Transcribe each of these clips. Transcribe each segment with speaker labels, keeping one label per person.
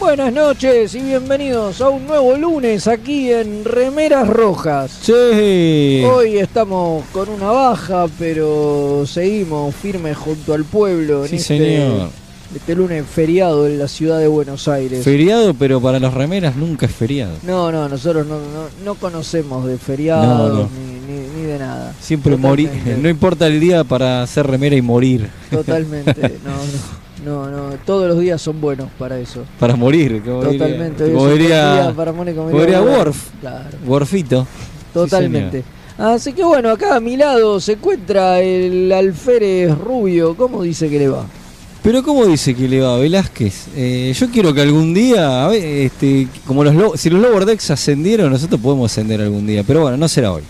Speaker 1: Buenas noches y bienvenidos a un nuevo lunes aquí en Remeras Rojas.
Speaker 2: Sí.
Speaker 1: Hoy estamos con una baja, pero seguimos firmes junto al pueblo en
Speaker 2: Sí,
Speaker 1: este,
Speaker 2: señor.
Speaker 1: este lunes feriado en la ciudad de Buenos Aires.
Speaker 2: este, Feriado, pero para los remeras nunca es feriado.
Speaker 1: no, no, nosotros no, no, no conocemos de feriados
Speaker 2: No, no.
Speaker 1: Ni, ni- ni de nada.
Speaker 2: Siempre morir.
Speaker 1: Totalmente.
Speaker 2: No importa el día para hacer remera y morir.
Speaker 1: Totalmente, no, no, no, no, todos los días son buenos para eso.
Speaker 2: Para morir. Como
Speaker 1: Totalmente, hoy es
Speaker 2: Diría, como
Speaker 1: un buen
Speaker 2: diría
Speaker 1: día para Mónica
Speaker 2: como diría
Speaker 1: Mirabal.
Speaker 2: Worf.
Speaker 1: Claro.
Speaker 2: Worfito.
Speaker 1: Totalmente. Así que bueno, acá a mi lado se encuentra el alférez rubio. ¿Cómo dice que le va?
Speaker 2: Pero ¿cómo dice que le va a Velázquez? Eh, yo quiero que algún día, a ver, este, como los Lo- si los Lobordex ascendieron, nosotros podemos ascender algún día. Pero bueno, no será hoy.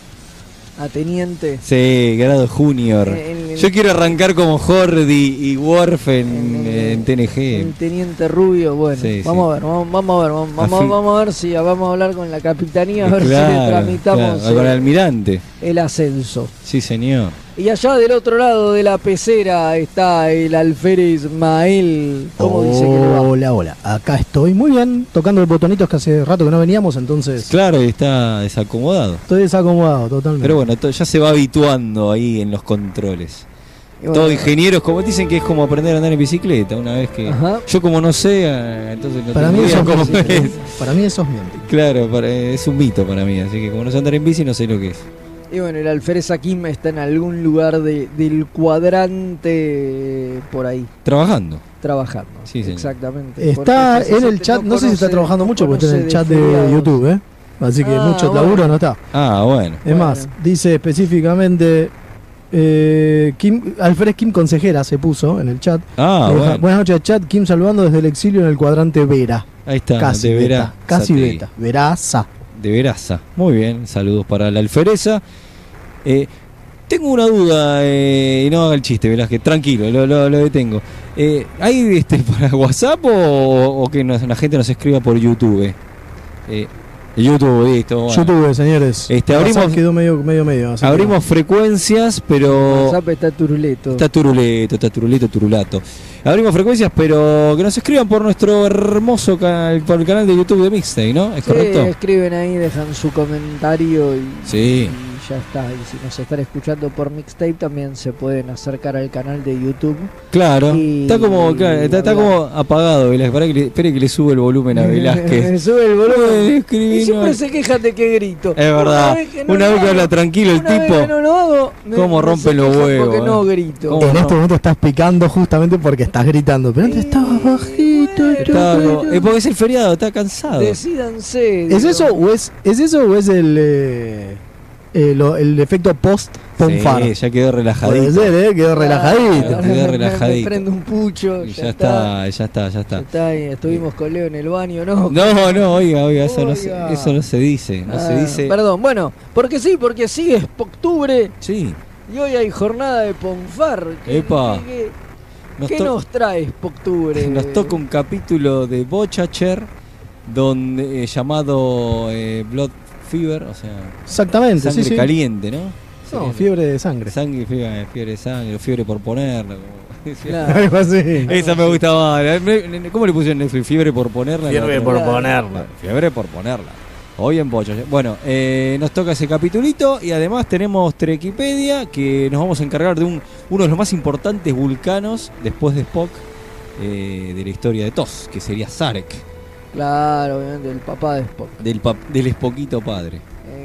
Speaker 1: A teniente.
Speaker 2: Sí, grado junior.
Speaker 1: El- el-
Speaker 2: Yo quiero arrancar como Jordi y Worf en, en
Speaker 1: el-
Speaker 2: TNG.
Speaker 1: el teniente rubio. Bueno,
Speaker 2: Sí,
Speaker 1: vamos
Speaker 2: sí.
Speaker 1: a ver, vamos, vamos a ver, vamos, vamos-
Speaker 2: Afil-
Speaker 1: vamos a ver si vamos a hablar con la capitanía, a ver si le
Speaker 2: Claro,
Speaker 1: tramitamos
Speaker 2: claro, con el
Speaker 1: eh,
Speaker 2: almirante.
Speaker 1: el ascenso.
Speaker 2: Sí, señor.
Speaker 1: Y allá del otro lado de la pecera está el alférez Mael. ¿Cómo dice que le
Speaker 2: Oh,
Speaker 1: va?
Speaker 3: Hola, hola. Acá estoy muy bien, tocando los botonitos que hace rato que no veníamos, entonces
Speaker 2: Claro, y está desacomodado.
Speaker 3: estoy desacomodado totalmente.
Speaker 2: Pero bueno, to- ya se va habituando ahí en los controles.
Speaker 1: Y bueno,
Speaker 2: Todos ingenieros, como dicen que es como aprender a andar en bicicleta, una vez que...
Speaker 1: Ajá.
Speaker 2: Yo como no sé, eh, entonces no
Speaker 3: para, mí
Speaker 2: tengo idea
Speaker 3: eso
Speaker 2: cómo
Speaker 3: es
Speaker 2: es.
Speaker 3: mentira. para mí eso es mentira.
Speaker 2: Claro, para- es un mito para mí, así que como no sé andar en bici, no sé lo que es.
Speaker 1: Y bueno, el alférez Akim está en algún lugar de- del cuadrante eh, por ahí.
Speaker 2: Trabajando.
Speaker 1: trabajando.
Speaker 2: Sí, señor.
Speaker 1: Exactamente.
Speaker 3: Está
Speaker 1: Porque
Speaker 3: en el
Speaker 1: se-
Speaker 3: chat, no, sé si está
Speaker 1: conoce-
Speaker 3: trabajando mucho porque está en el
Speaker 1: conoce
Speaker 3: chat de
Speaker 1: feriados.
Speaker 3: YouTube, ¿eh? Así que
Speaker 1: Ah,
Speaker 3: mucho
Speaker 1: bueno.
Speaker 3: laburo no está.
Speaker 2: Ah, bueno.
Speaker 3: Es
Speaker 1: Bueno.
Speaker 3: más, dice específicamente eh, Kim, Alfred Kim Consejera se puso en el chat.
Speaker 2: Ah,
Speaker 3: Eh,
Speaker 2: bueno.
Speaker 3: Buenas noches, chat. Kim salvando desde el exilio en el cuadrante Vera.
Speaker 2: Ahí está.
Speaker 3: casi
Speaker 2: de
Speaker 3: Vera.
Speaker 2: Vera
Speaker 3: Casi
Speaker 2: Sategui.
Speaker 3: Vera. Veraza.
Speaker 2: de Veraza. Muy bien, saludos para la alfereza. Eh, tengo una duda, eh, y no haga el chiste, Velázquez, tranquilo, lo, lo, lo detengo. Eh, ¿Hay este para WhatsApp o, o que nos- la gente nos escriba por YouTube? Eh, YouTube, listo. bueno.
Speaker 3: YouTube, señores.
Speaker 2: Este,
Speaker 3: WhatsApp
Speaker 2: abrimos-
Speaker 3: quedó medio, medio, medio. así que-
Speaker 2: Abrimos frecuencias, pero...
Speaker 1: WhatsApp está turuleto.
Speaker 2: Está turuleto, está turuleto, turulato. Abrimos frecuencias, pero que nos escriban por nuestro hermoso canal, por el canal de YouTube de Mixtape, ¿no? ¿Es
Speaker 1: Sí,
Speaker 2: correcto?
Speaker 1: escriben ahí, dejan su comentario y,
Speaker 2: Sí.
Speaker 1: y ya está. Y si nos están escuchando por mixtape, también se pueden acercar al canal de YouTube.
Speaker 2: Claro,
Speaker 1: Y-
Speaker 2: está como, claro, está, está como apagado, Velázquez. Pará que le, espere que le sube el volumen a Velázquez.
Speaker 1: Sube el volumen.
Speaker 2: Puede
Speaker 1: Y
Speaker 2: escribir,
Speaker 1: siempre
Speaker 2: no-
Speaker 1: se quejan de que grito.
Speaker 2: Es verdad.
Speaker 1: no
Speaker 2: Una
Speaker 1: lo
Speaker 2: vez que
Speaker 1: hago,
Speaker 2: habla tranquilo el
Speaker 1: una vez que
Speaker 2: tipo.
Speaker 1: no lo hago, me-
Speaker 2: cómo
Speaker 1: me
Speaker 2: rompen
Speaker 1: se
Speaker 2: los
Speaker 1: quejan
Speaker 2: huevos,
Speaker 1: Porque
Speaker 2: eh.
Speaker 1: no grito.
Speaker 2: ¿Cómo?
Speaker 3: En
Speaker 2: no?
Speaker 3: este momento estás picando justamente porque estás gritando. Pero antes estabas bajito.
Speaker 2: Está como- eh, porque es el feriado, está cansado.
Speaker 1: Decídanse.
Speaker 3: ¿Es
Speaker 1: digo.
Speaker 3: eso o es, es, eso, o es el, eh, eh, lo- el efecto post-ponfar?
Speaker 2: Sí, ya quedó
Speaker 3: Puede
Speaker 2: relajadito.
Speaker 3: ser, ¿eh? Quedó relajadito.
Speaker 2: Claro. Quedé
Speaker 1: Me- me- Me
Speaker 2: relajadito.
Speaker 1: prendo un pucho.
Speaker 2: Y Ya está, ya está, ya
Speaker 1: Ya
Speaker 2: está.
Speaker 1: está, y estuvimos con Leo en el baño, ¿no?
Speaker 2: No, no, oiga, oiga, eso no
Speaker 1: Oiga.
Speaker 2: se, eso no se dice, no se
Speaker 1: Ah,
Speaker 2: dice.
Speaker 1: Perdón, bueno, porque sí, porque sigue es octubre
Speaker 2: Sí,
Speaker 1: y hoy hay jornada de Ponfar. ¿Qué,
Speaker 2: Epa.
Speaker 1: qué- qué-
Speaker 2: nos,
Speaker 1: qué
Speaker 2: to-
Speaker 1: nos trae octubre?
Speaker 2: nos toca un capítulo de Bochacher donde eh, llamado eh, Blood Fever, o sea,
Speaker 3: Exactamente, sí,
Speaker 2: sangre
Speaker 3: sí.
Speaker 2: caliente, ¿no?
Speaker 3: No,
Speaker 2: Sería-
Speaker 3: fiebre de sangre.
Speaker 2: Sangre, fiebre, fiebre de sangre, o fiebre por ponerla. como decía.
Speaker 1: Claro.
Speaker 3: Algo así.
Speaker 2: Esa me gusta más. Eh, Me- me- ¿Cómo le pusieron Netflix? Fiebre por ponerla.
Speaker 4: Fiebre
Speaker 2: La-
Speaker 4: por
Speaker 1: Claro.
Speaker 4: ponerla.
Speaker 2: Fiebre por ponerla. Hoy en Bocha. Bueno, eh, nos toca ese capitulito y además tenemos Trequipedia que nos vamos a encargar de un, uno de los más importantes vulcanos después de Spock eh, de la historia de TOS, que sería Sarek,
Speaker 1: Claro, obviamente, el papá de Spock.
Speaker 2: del, pap- del Spockito padre.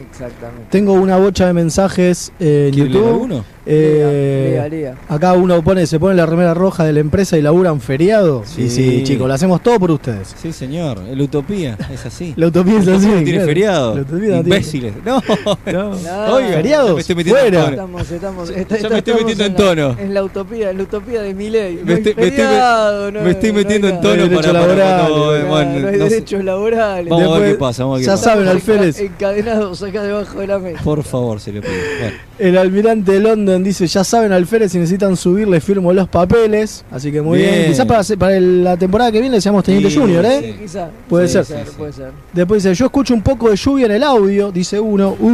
Speaker 1: Exactamente.
Speaker 3: Tengo una bocha de mensajes eh, en
Speaker 2: ¿Quiere leer
Speaker 3: YouTube.
Speaker 2: alguno?
Speaker 3: Eh,
Speaker 1: Lea, lea, lea.
Speaker 3: Acá uno pone, se pone la remera roja de la empresa y laburan feriado.
Speaker 2: Sí.
Speaker 3: Sí, sí, chicos, lo hacemos todo por ustedes.
Speaker 2: Sí, señor. La utopía es así.
Speaker 3: La utopía es así.
Speaker 2: tiene
Speaker 3: claro.
Speaker 2: feriado.
Speaker 3: La utopía no tiene-
Speaker 2: Imbéciles. No.
Speaker 3: No.
Speaker 1: Claro.
Speaker 2: Oiga,
Speaker 3: Feriados,
Speaker 2: me estoy metiendo en
Speaker 3: fuera.
Speaker 2: tono.
Speaker 1: Estamos, estamos,
Speaker 2: Ya-
Speaker 1: esta-
Speaker 2: ya
Speaker 1: esta-
Speaker 2: me estoy
Speaker 1: estamos
Speaker 2: metiendo en
Speaker 1: la-
Speaker 2: tono.
Speaker 1: en la utopía, en la utopía de Milei.
Speaker 2: Me estoy- me estoy- me estoy metiendo en tono
Speaker 3: derechos
Speaker 2: para, para
Speaker 3: laborales,
Speaker 2: cuando, eh, bueno,
Speaker 1: no hay
Speaker 2: no sé.
Speaker 1: derechos laborales.
Speaker 2: Vamos a ver
Speaker 3: Después,
Speaker 2: qué pasa, vamos a ver qué
Speaker 3: ya
Speaker 2: pasa.
Speaker 3: saben,
Speaker 1: Estamos
Speaker 3: alférez.
Speaker 1: enca- Encadenados acá debajo de la mesa.
Speaker 2: Por favor, se le pide. Bueno,
Speaker 3: El almirante de London dice, ya saben, alférez, si necesitan subir, les firmo los papeles. Así que muy bien.
Speaker 2: Bien.
Speaker 3: Quizás para, se- para el- la temporada que viene le seamos Teniente
Speaker 2: Sí,
Speaker 3: Junior, ¿eh?
Speaker 2: sí.
Speaker 1: Quizá.
Speaker 3: Puede
Speaker 1: Sí,
Speaker 3: ser.
Speaker 1: puede ser, puede ser.
Speaker 3: Después dice, yo escucho un poco de lluvia en el audio, dice uno. Uh,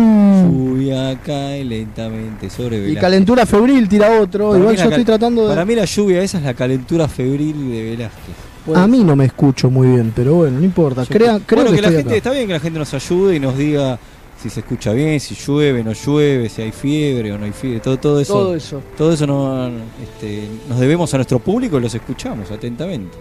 Speaker 2: lluvia cae lentamente sobre
Speaker 3: y
Speaker 2: Velázquez.
Speaker 3: calentura febril tira otro.
Speaker 2: Para mí
Speaker 3: Igual
Speaker 2: la
Speaker 3: yo estoy
Speaker 2: cal-
Speaker 3: tratando de...
Speaker 2: Para mí la lluvia esa es la calentura febril de Velázquez.
Speaker 1: puede
Speaker 3: A mí no me escucho muy bien, pero bueno, no importa.
Speaker 2: Sí.
Speaker 3: Ah, Crea- creo
Speaker 2: bueno,
Speaker 3: que,
Speaker 2: que, la
Speaker 3: estoy
Speaker 2: gente,
Speaker 3: acá.
Speaker 2: está bien que la gente nos ayude y nos diga si se escucha bien, si llueve, no llueve, si hay fiebre o no hay fiebre, todo, todo eso.
Speaker 1: todo eso.
Speaker 2: Todo eso no, este, nos debemos a nuestro público y los escuchamos atentamente.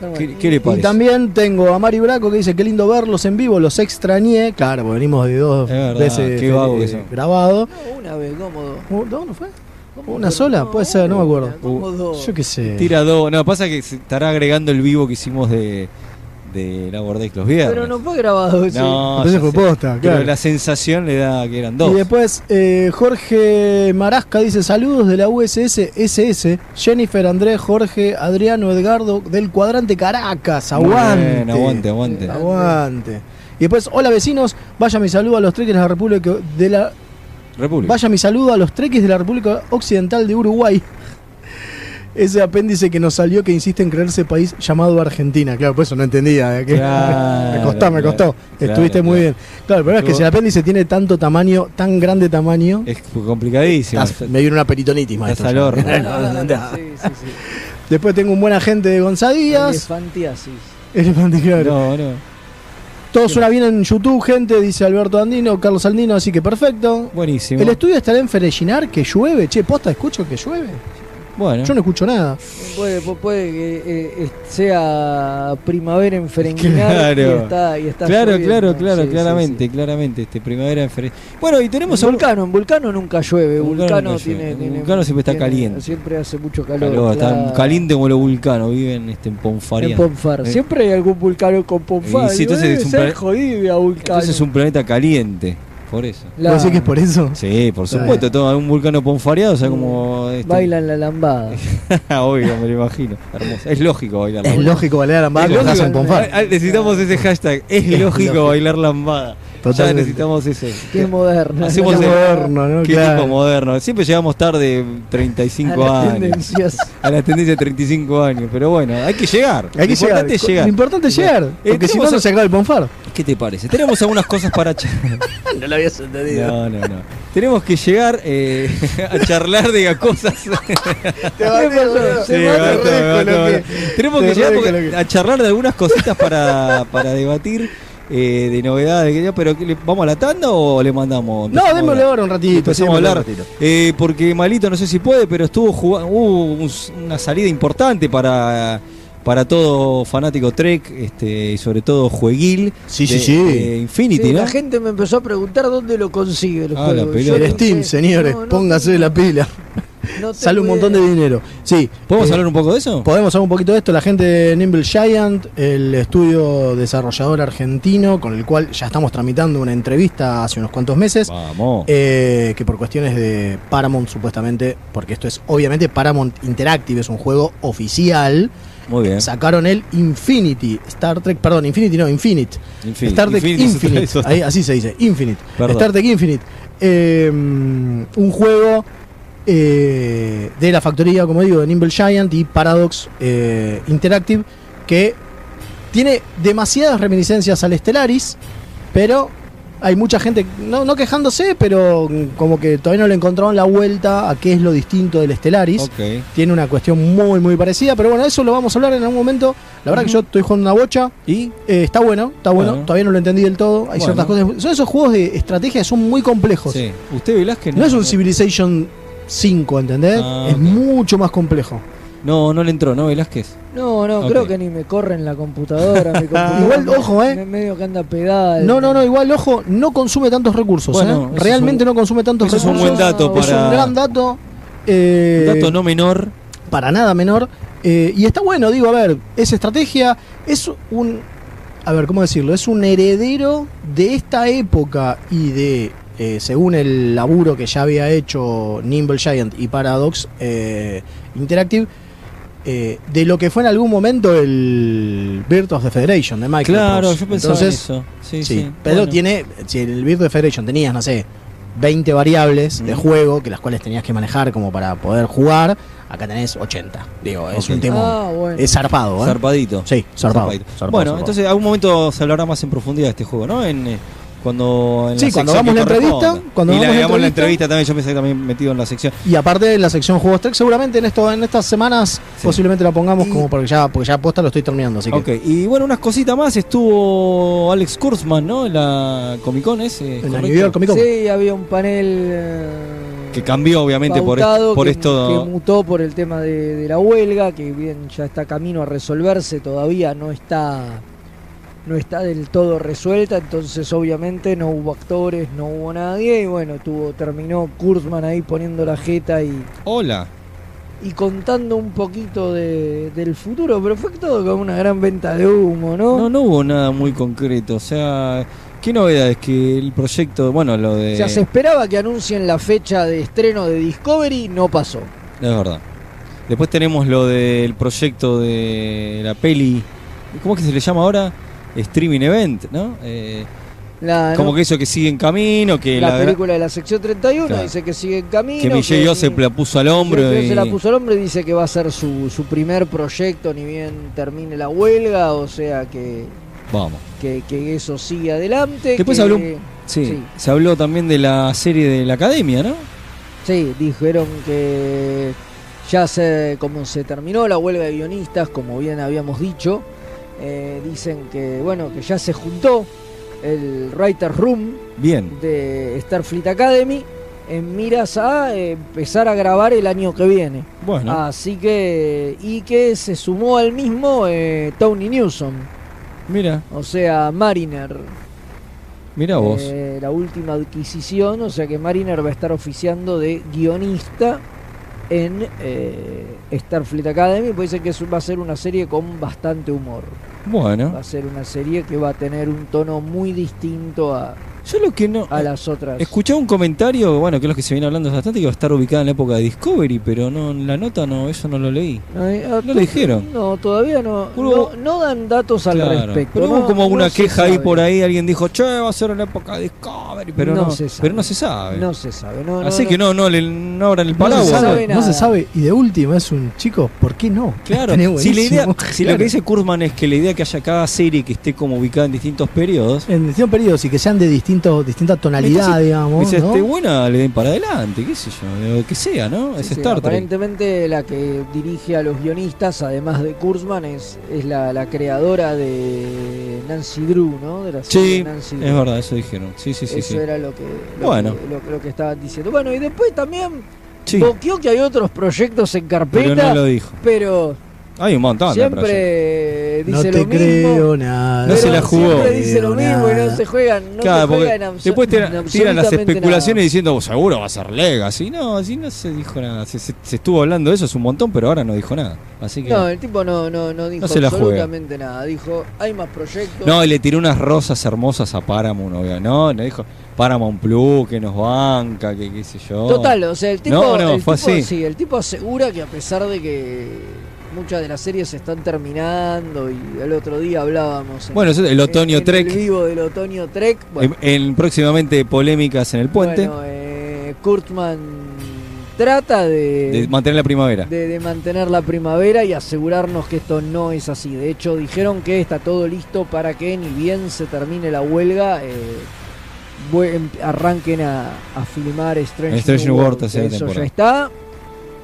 Speaker 1: Pero
Speaker 2: ¿Qué,
Speaker 1: bueno.
Speaker 2: qué le parece?
Speaker 3: Y también tengo a Mari Braco que dice, qué lindo verlos en vivo, los extrañé. Claro, porque venimos de dos
Speaker 2: Es verdad,
Speaker 3: veces
Speaker 2: qué vago
Speaker 3: eh,
Speaker 2: que son.
Speaker 3: grabado.
Speaker 1: No, una vez, cómodo.
Speaker 3: Uh, ¿No, no fue?
Speaker 1: ¿Cómo
Speaker 3: ¿Una
Speaker 1: que
Speaker 3: sola? Puede ser, no me acuerdo.
Speaker 1: una, cómodo.
Speaker 3: Yo qué sé.
Speaker 2: Tira dos. No, pasa que se estará agregando el vivo que hicimos de, de la Bordex los viernes.
Speaker 1: Pero no fue grabado ese.
Speaker 2: No,
Speaker 3: Entonces
Speaker 2: ya
Speaker 3: fue
Speaker 2: sé.
Speaker 3: posta,
Speaker 2: Pero
Speaker 3: claro.
Speaker 2: la sensación le da que eran dos.
Speaker 3: Y después eh, Jorge Marasca dice saludos de la USS SS, Jennifer, Andrés, Jorge, Adriano, Edgardo del cuadrante Caracas,
Speaker 2: Muy bien,
Speaker 3: aguante. Eh,
Speaker 2: aguante, aguante.
Speaker 3: Aguante. Y después, hola vecinos, vaya mi saludo a los treques de la República de la
Speaker 2: República.
Speaker 3: vaya mi saludo a los treques de la República Occidental de Uruguay. Ese apéndice que nos salió que insiste en creerse país llamado Argentina. Claro, por eso no entendía. ¿eh? Que-
Speaker 2: Claro,
Speaker 3: me costó, me
Speaker 2: claro,
Speaker 3: costó.
Speaker 2: claro,
Speaker 3: Estuviste muy
Speaker 2: claro.
Speaker 3: bien. Claro, pero es que
Speaker 2: Estuvo-
Speaker 3: si el apéndice tiene tanto tamaño, tan grande tamaño.
Speaker 2: Es complicadísimo.
Speaker 3: Estás- me viene una peritonitis, maestro.
Speaker 2: Estás al horno.
Speaker 1: sí, sí, sí.
Speaker 3: Después tengo un buen agente de Gonzadías.
Speaker 1: Elefantiasis.
Speaker 3: Elefante, claro.
Speaker 2: No, no.
Speaker 3: Todo suena bien en YouTube, gente, dice Alberto Andino, Carlos Andino, así que perfecto.
Speaker 2: Buenísimo.
Speaker 3: El estudio estará en Ferellinar, que llueve. Che, posta, escucho que llueve.
Speaker 2: Bueno,
Speaker 3: Yo no escucho nada.
Speaker 1: Puede, pu- puede que eh, eh, sea primavera en Ferenguinar
Speaker 2: Claro.
Speaker 1: y está, y está
Speaker 2: claro,
Speaker 1: lloviendo.
Speaker 2: claro,
Speaker 1: Sí,
Speaker 2: claro,
Speaker 1: sí,
Speaker 2: claramente,
Speaker 1: sí.
Speaker 2: claramente. Este primavera en febrero. Bueno, y tenemos
Speaker 1: En
Speaker 2: algo-
Speaker 1: Vulcano, en Vulcano nunca llueve,
Speaker 2: Vulcano
Speaker 1: Vulcano,
Speaker 2: nunca llueve.
Speaker 1: tiene,
Speaker 2: En
Speaker 1: tiene-
Speaker 2: Vulcano siempre está
Speaker 1: tiene-
Speaker 2: caliente.
Speaker 1: Siempre hace mucho calor.
Speaker 2: Calor,
Speaker 1: claro.
Speaker 2: Están caliente como los vulcanos, viven este, en Ponfaria.
Speaker 1: En Ponfar.
Speaker 2: Eh.
Speaker 1: Siempre hay algún vulcano con Ponfar.
Speaker 2: Y sí,
Speaker 1: Digo,
Speaker 2: entonces
Speaker 1: debe
Speaker 2: es un
Speaker 1: ser
Speaker 2: plan-
Speaker 1: jodido a Vulcano.
Speaker 2: Entonces es un planeta caliente, por eso.
Speaker 1: La-
Speaker 3: ¿Vos decís que es por eso?
Speaker 2: Sí, por
Speaker 3: Claro.
Speaker 2: supuesto, todo un vulcano ponfareado, o sea, como... este-
Speaker 1: Bailan la lambada.
Speaker 2: Ah, Obvio, me lo imagino. Hermoso. Es lógico bailar
Speaker 3: Es
Speaker 2: lambada.
Speaker 3: lógico bailar ambas
Speaker 2: Es lógico.
Speaker 3: cosas en Ponfar.
Speaker 2: Ah, ah, Necesitamos ese hashtag. Es lógico
Speaker 3: lógico.
Speaker 2: bailar lambada. Ya
Speaker 3: Totalmente.
Speaker 2: necesitamos ese.
Speaker 1: Qué moderna.
Speaker 2: Hacemos
Speaker 1: Las
Speaker 2: el-
Speaker 3: moderno, ¿no?
Speaker 2: Qué
Speaker 3: Claro.
Speaker 2: tipo moderno. Siempre llegamos tarde 35
Speaker 1: a las
Speaker 2: años.
Speaker 1: tendencias.
Speaker 2: A la tendencia de 35 años. Pero bueno, hay que llegar.
Speaker 3: Hay que
Speaker 2: Lo
Speaker 3: llegar.
Speaker 2: importante es
Speaker 3: Co- Lo
Speaker 2: llegar.
Speaker 3: importante es llegar.
Speaker 2: Eh,
Speaker 3: Porque si
Speaker 2: tenemos
Speaker 3: no, no
Speaker 2: a-
Speaker 3: se acaba el Ponfar.
Speaker 2: ¿Qué te parece? Tenemos algunas cosas para charlar.
Speaker 3: No lo habías entendido.
Speaker 2: No, no, no. Tenemos que llegar eh, a charlar de cosas.
Speaker 3: Te
Speaker 1: va a hacer, boludo.
Speaker 2: Sí,
Speaker 1: Se va a
Speaker 2: basta,
Speaker 1: reír
Speaker 2: basta, basta. Tenemos
Speaker 3: se
Speaker 2: que
Speaker 3: ríe
Speaker 2: llegar
Speaker 3: con
Speaker 2: porque-
Speaker 3: lo que-
Speaker 2: a charlar de algunas cositas para, para debatir eh, de novedades. que ya, Pero ¿qué le- ¿vamos a la tanda o le mandamos? Empezamos a
Speaker 3: No, démosle
Speaker 2: hablar.
Speaker 3: ahora un ratito.
Speaker 2: Empezamos a
Speaker 3: démosle
Speaker 2: hablar.
Speaker 3: un ratito.
Speaker 2: Eh, porque Malito no sé si puede, pero estuvo jugando, hubo un- una salida importante para, para todo fanático Trek este, y sobre todo Jueguil.
Speaker 3: Sí,
Speaker 2: de-
Speaker 3: sí, sí.
Speaker 2: de Infinity,
Speaker 1: Sí,
Speaker 2: ¿no?
Speaker 1: La gente me empezó a preguntar dónde lo consigue el
Speaker 2: Ah, la
Speaker 1: juego.
Speaker 2: pelota.
Speaker 1: Yo
Speaker 3: El
Speaker 1: no
Speaker 3: Steam,
Speaker 1: sé.
Speaker 3: señores,
Speaker 1: No, no
Speaker 3: póngase
Speaker 1: tengo-
Speaker 3: la pila.
Speaker 1: no tengo
Speaker 3: Sale un montón de
Speaker 1: idea.
Speaker 3: dinero. Sí.
Speaker 2: ¿Podemos
Speaker 3: eh,
Speaker 2: hablar un poco de eso?
Speaker 3: Podemos hablar un poquito de esto. La gente de Nimble Giant, el estudio desarrollador argentino, con el cual ya estamos tramitando una entrevista hace unos cuantos meses.
Speaker 2: Vamos.
Speaker 3: eh, que por cuestiones de Paramount, supuestamente, porque esto es obviamente Paramount Interactive, es un juego oficial.
Speaker 2: Muy bien.
Speaker 3: Sacaron el Infinity, Star Trek, perdón, Infinity no, Infinite.
Speaker 2: Infin-
Speaker 3: Star Trek
Speaker 2: Infinity
Speaker 3: Infinite,
Speaker 2: es otra- es otra-
Speaker 3: ahí, así se dice, Infinite.
Speaker 2: Perdón.
Speaker 3: Star Trek Infinite. Eh, un juego eh, de la factoría, como digo, de Nimble Giant y Paradox eh, Interactive, que tiene demasiadas reminiscencias al Stellaris, pero hay mucha gente, no, no quejándose, pero mm, como que todavía no le encontraron la vuelta a qué es lo distinto del Stellaris
Speaker 2: Ok.
Speaker 3: tiene una cuestión muy, muy parecida. Pero bueno, eso lo vamos a hablar en algún momento. La verdad que yo estoy jugando una bocha.
Speaker 2: ¿Y?
Speaker 3: eh, está bueno, está bueno.
Speaker 2: Bueno.
Speaker 3: Todavía no lo entendí del todo. Hay
Speaker 2: Bueno.
Speaker 3: ciertas cosas. Son esos juegos de estrategia que son muy complejos.
Speaker 2: Sí. ¿Usted Velázquez?
Speaker 3: No es un Civilization 5, ¿entendés?
Speaker 2: Ah,
Speaker 3: es
Speaker 2: ok.
Speaker 3: mucho más complejo.
Speaker 2: No, no le entró, ¿no, Velázquez?
Speaker 1: No, no,
Speaker 2: Ok.
Speaker 1: creo que ni me corre en la computadora. mi computadora
Speaker 3: Igual,
Speaker 1: me-
Speaker 3: ojo, ¿eh?
Speaker 1: me- medio que anda pegada.
Speaker 3: No, no, no. Igual, ojo, no consume tantos recursos.
Speaker 2: Bueno,
Speaker 3: ¿eh?
Speaker 2: eso es
Speaker 3: Realmente
Speaker 2: un-
Speaker 3: no consume tantos
Speaker 2: Eso es un
Speaker 3: recursos.
Speaker 2: buen dato
Speaker 1: buen-
Speaker 3: Es un
Speaker 2: para...
Speaker 3: gran dato. eh,
Speaker 2: dato no menor.
Speaker 3: para nada menor. eh, y está bueno, digo, a ver, es estrategia, es un. A ver, ¿cómo decirlo? Es un heredero de esta época y de. eh, según el laburo que ya había hecho Nimble Giant y Paradox eh, Interactive, eh, de lo que fue en algún momento el Birth of the Federation de Microsoft.
Speaker 2: Claro, yo pensaba
Speaker 3: Entonces,
Speaker 2: en eso. Sí,
Speaker 3: Sí,
Speaker 2: sí.
Speaker 3: pero
Speaker 2: Bueno.
Speaker 3: tiene, si en el Bird de Federation tenías, no sé, 20 variables de
Speaker 2: Mm.
Speaker 3: juego que las cuales tenías que manejar como para poder jugar, acá tenés 80. Digo, es
Speaker 2: Ok.
Speaker 3: un tema.
Speaker 1: Ah, bueno.
Speaker 3: Es zarpado, ¿eh?
Speaker 2: Zarpadito.
Speaker 3: sí, zarpado.
Speaker 2: Zarpadito.
Speaker 3: zarpado,
Speaker 2: bueno,
Speaker 3: zarpado.
Speaker 2: entonces algún momento se hablará más en profundidad de este juego, ¿no? En, eh, cuando en
Speaker 3: Sí, cuando
Speaker 2: sección
Speaker 3: hagamos
Speaker 2: que
Speaker 3: la entrevista,
Speaker 2: corresponda.
Speaker 3: cuando
Speaker 2: y le
Speaker 3: hagamos la
Speaker 2: hagamos la
Speaker 3: entrevista.
Speaker 2: entrevista también, yo pensé también metido en la sección.
Speaker 3: Y aparte de la sección Juegos Trek, seguramente en esto, en estas semanas
Speaker 2: Sí.
Speaker 3: posiblemente la pongamos
Speaker 2: Y-
Speaker 3: como porque ya, porque ya posta lo estoy terminando, así que.
Speaker 2: Ok, y bueno, unas cositas más. Estuvo Alex Kurzman, ¿no? En la Comic Con ese.
Speaker 3: En la
Speaker 2: ¿correcto?
Speaker 3: New York Comic Con.
Speaker 1: Sí, había un panel. eh,
Speaker 2: Que cambió, obviamente, por,
Speaker 1: pautado
Speaker 2: por
Speaker 1: que-
Speaker 2: esto.
Speaker 1: que mutó por el tema de, de la huelga que bien ya está camino a resolverse todavía no está no está del todo resuelta entonces obviamente no hubo actores no hubo nadie y bueno tuvo terminó Kurzman ahí poniendo la jeta y,
Speaker 2: Hola.
Speaker 1: y contando un poquito de- del futuro pero fue todo con una gran venta de humo no,
Speaker 2: No, no hubo nada muy concreto. O sea, ¿qué novedades? Que el proyecto, bueno, lo de.
Speaker 1: O sea, se esperaba que anuncien la fecha de estreno de Discovery, no pasó.
Speaker 2: Es verdad. Después tenemos lo del proyecto de la peli. ¿Cómo es que se le llama ahora? Streaming Event, ¿no? Eh,
Speaker 1: La,
Speaker 2: como
Speaker 1: Ah, no-
Speaker 2: que eso que sigue en camino, que
Speaker 1: la
Speaker 2: la,
Speaker 1: película de la sección 31
Speaker 2: Claro.
Speaker 1: dice que sigue en camino.
Speaker 2: que Michelle
Speaker 1: que-
Speaker 2: Joseph la puso al hombro.
Speaker 1: Pero
Speaker 2: y-
Speaker 1: se la puso al hombre, dice que va a ser su, su primer proyecto, ni bien termine la huelga, o sea que,
Speaker 2: Vamos.
Speaker 1: que, que eso sigue adelante.
Speaker 2: Después
Speaker 1: que-
Speaker 2: habló un- Sí.
Speaker 1: Sí.
Speaker 2: Se habló también de la serie de la academia, ¿no?
Speaker 1: Sí, dijeron que ya se, como se terminó la huelga de guionistas, como bien habíamos dicho, eh, dicen que bueno que ya se juntó el Writer Room
Speaker 2: Bien.
Speaker 1: de Starfleet Academy en miras a eh, empezar a grabar el año que viene.
Speaker 2: Bueno.
Speaker 1: Así que. Y que se sumó al mismo eh, Tony Newsom,
Speaker 2: Mira,
Speaker 1: o sea, Mariner.
Speaker 2: mira vos.
Speaker 1: Eh, la última adquisición, o sea que Mariner va a estar oficiando de guionista en eh, Starfleet Academy. Puede ser que es- va a ser una serie con bastante humor. Va
Speaker 2: Bueno.
Speaker 1: a ser una serie que va a tener un tono muy distinto a,
Speaker 2: Yo lo que no.
Speaker 1: ah. a las otras.
Speaker 2: Escuché un comentario, bueno, que es lo que se viene hablando bastante, que va a estar ubicada en la época de Discovery, pero no, en la nota no, eso no lo leí.
Speaker 1: Eh, a-
Speaker 2: No lo dijeron.
Speaker 1: No, todavía no.
Speaker 2: Hubo-
Speaker 1: no, no dan datos al
Speaker 2: Claro,
Speaker 1: respecto.
Speaker 2: Pero hubo
Speaker 1: no-
Speaker 2: como
Speaker 1: no
Speaker 2: una
Speaker 1: se
Speaker 2: queja ahí
Speaker 1: sabe.
Speaker 2: por ahí, alguien dijo, che, va a ser en la época de Discovery, pero no,
Speaker 1: No se sabe.
Speaker 2: pero no se sabe.
Speaker 1: No se sabe. No, no,
Speaker 2: Así
Speaker 1: no.
Speaker 2: que no, no, le, no abran el
Speaker 3: No, se
Speaker 2: paraguas.
Speaker 3: sabe, no
Speaker 1: nada.
Speaker 3: se sabe. Y de última es un chico, ¿por qué no?
Speaker 2: Claro,
Speaker 3: Tenés
Speaker 2: si, la idea,
Speaker 3: buenísimo.
Speaker 2: si lo
Speaker 3: Claro.
Speaker 2: que dice Kurzman es que la idea que haya cada serie que esté como ubicada en distintos periodos,
Speaker 3: En distintos periodos y que sean de distintos, distinta tonalidad,
Speaker 2: Entonces,
Speaker 3: digamos.
Speaker 2: dice,
Speaker 3: ¿no?
Speaker 2: "Este, buena, le den para adelante, qué sé yo, lo que sea, ¿no? es
Speaker 1: Sí, sí,
Speaker 2: Star Trek.
Speaker 1: Aparentemente la que dirige a los guionistas, además de Kurzman, es, es la, la creadora de Nancy Drew, ¿no? De la serie
Speaker 2: Sí,
Speaker 1: Nancy
Speaker 2: es
Speaker 1: Drew.
Speaker 2: verdad, eso dijeron. Sí, sí, sí.
Speaker 1: Eso
Speaker 2: sí.
Speaker 1: era lo que, lo
Speaker 2: Bueno.
Speaker 1: que- lo, lo que estaban diciendo. Bueno, y después también
Speaker 2: Sí,
Speaker 1: boqueó que hay otros proyectos en
Speaker 2: pero
Speaker 1: carpeta,
Speaker 2: no lo dijo.
Speaker 1: pero
Speaker 2: Hay un montón de proyectos.
Speaker 1: siempre
Speaker 3: no
Speaker 1: dice
Speaker 3: te
Speaker 1: lo mismo.
Speaker 3: creo nada.
Speaker 2: No se la jugó.
Speaker 1: Siempre dice lo
Speaker 3: Creo
Speaker 1: mismo y no
Speaker 3: nada.
Speaker 1: se juegan, no
Speaker 2: Claro,
Speaker 1: se juegan
Speaker 2: porque
Speaker 1: abso-
Speaker 2: después tira- tiran, las
Speaker 1: absolutamente
Speaker 2: especulaciones
Speaker 1: nada.
Speaker 2: diciendo, "Oh, seguro va a ser Legacy. No, así no se dijo nada. Se, se- se estuvo hablando de eso hace un montón, pero ahora no dijo nada. Así que.
Speaker 1: No,
Speaker 2: No,
Speaker 1: el tipo no, no, no dijo
Speaker 2: se la juega.
Speaker 1: absolutamente nada. Dijo, hay más proyectos.
Speaker 2: y le tiró unas rosas hermosas a Paramount, obvio. No, no dijo Paramount Plus, que nos banca, que qué sé yo.
Speaker 1: Total, o sea, el tipo,
Speaker 2: No, no,
Speaker 1: el
Speaker 2: fue
Speaker 1: tipo-
Speaker 2: así.
Speaker 1: sí, el tipo asegura que a pesar de que muchas de las series se están terminando y el otro día hablábamos en-
Speaker 2: Bueno, eso- el
Speaker 1: en-
Speaker 2: otoño
Speaker 1: en
Speaker 2: Trek.
Speaker 1: el vivo del otoño Trek, bueno,
Speaker 2: en, en próximamente polémicas en el puente.
Speaker 1: bueno, eh, Kurtzman trata
Speaker 2: de
Speaker 1: de,
Speaker 2: mantener la primavera.
Speaker 1: de- de mantener la primavera y asegurarnos que esto no es así. De hecho, dijeron que está todo listo para que ni bien se termine la huelga. eh, buen- arranquen a, a filmar Strange,
Speaker 2: Strange New World, tercera
Speaker 1: eso ya
Speaker 2: temporada.
Speaker 1: está.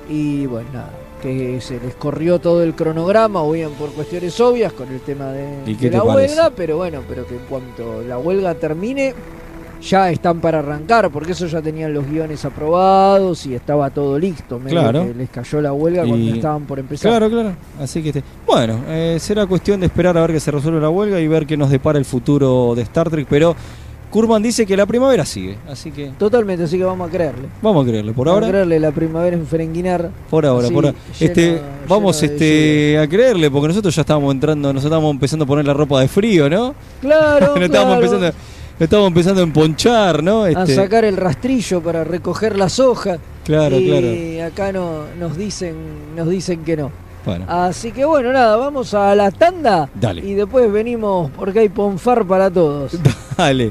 Speaker 1: Y bueno, nada, que se les corrió todo el cronograma, o bien por cuestiones obvias con el tema de,
Speaker 2: ¿Y qué
Speaker 1: de
Speaker 2: te
Speaker 1: la
Speaker 2: parece?
Speaker 1: huelga, pero bueno, pero que en cuanto la huelga termine, ya están para arrancar, porque eso ya tenían los guiones aprobados y estaba todo listo. medio
Speaker 2: Claro.
Speaker 1: que les cayó la huelga cuando
Speaker 2: Y-
Speaker 1: estaban por empezar.
Speaker 2: Claro, claro. Así que este- bueno, eh, será cuestión de esperar a ver que se resuelve la huelga y ver qué nos depara el futuro de Star Trek. Pero Kurman dice que la primavera sigue, así que
Speaker 1: Totalmente, así que vamos a creerle.
Speaker 2: vamos a creerle. Por
Speaker 1: Vamos a
Speaker 2: ahora,
Speaker 1: creerle la primavera en Ferenguinar.
Speaker 2: por ahora,
Speaker 1: Sí,
Speaker 2: por ahora.
Speaker 1: lleno-
Speaker 2: Este,
Speaker 1: lleno
Speaker 2: vamos
Speaker 1: de
Speaker 2: este, a creerle porque nosotros ya estábamos entrando, nos estábamos empezando a poner la ropa de frío, ¿no?
Speaker 1: Claro,
Speaker 2: Nos estábamos
Speaker 1: claro.
Speaker 2: empezando, nos estábamos empezando a emponchar, ¿no?
Speaker 1: a
Speaker 2: Este,
Speaker 1: sacar el rastrillo para recoger las hojas.
Speaker 2: claro, claro.
Speaker 1: y acá no, nos dicen, nos dicen que no.
Speaker 2: Bueno,
Speaker 1: Así que bueno, nada, vamos a la tanda
Speaker 2: Dale.
Speaker 1: y después venimos porque hay ponfar para todos.
Speaker 2: dale.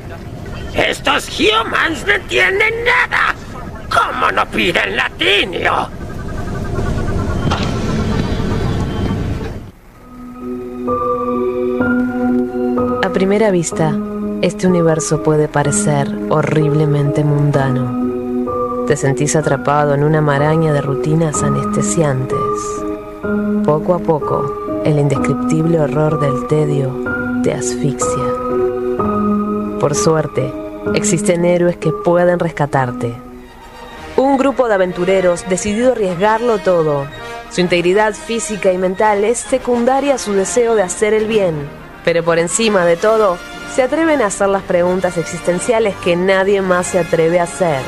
Speaker 5: Estos humans no entienden nada. ¿Cómo no piden latinio?
Speaker 6: A primera vista, este universo puede parecer horriblemente mundano. Te sentís atrapado en una maraña de rutinas anestesiantes. Poco a poco, el indescriptible horror del tedio te asfixia. Por suerte, existen héroes que pueden rescatarte. Un grupo de aventureros decidido a arriesgarlo todo. Su integridad física y mental es secundaria a su deseo de hacer el bien. Pero por encima de todo, se atreven a hacer las preguntas existenciales que nadie más se atreve a hacer.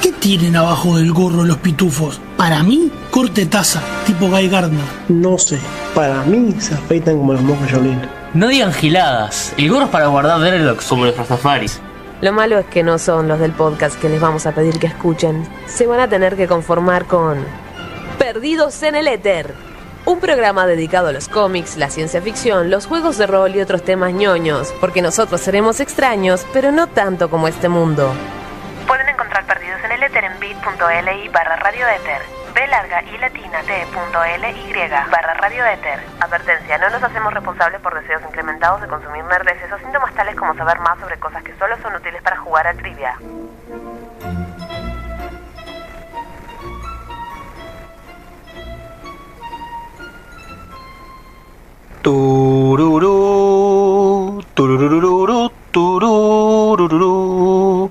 Speaker 7: ¿Qué tienen abajo del gorro los pitufos? Para mí, corte taza, tipo Guy Gardner.
Speaker 8: No sé, para mí se afeitan como los mocos Jolín.
Speaker 9: No digan giladas. El gorro es para guardar Derelox como los Rastafaris.
Speaker 6: Lo malo es que no son los del podcast que les vamos a pedir que escuchen. Se van a tener que conformar con Perdidos en el Éter. Un programa dedicado a los cómics, la ciencia ficción, los juegos de rol y otros temas ñoños, porque nosotros seremos extraños, pero no tanto como este mundo.
Speaker 10: Pueden encontrar Perdidos en el Éter en bit.li barra radio éter. B larga y latina T.ly barra radio éter. Advertencia, no nos hacemos responsables por deseos incrementados de consumir nerdeces o síntomas tales como saber más sobre cosas que solo son útiles para jugar a trivia.
Speaker 3: Tururú, tururururú, tururururú.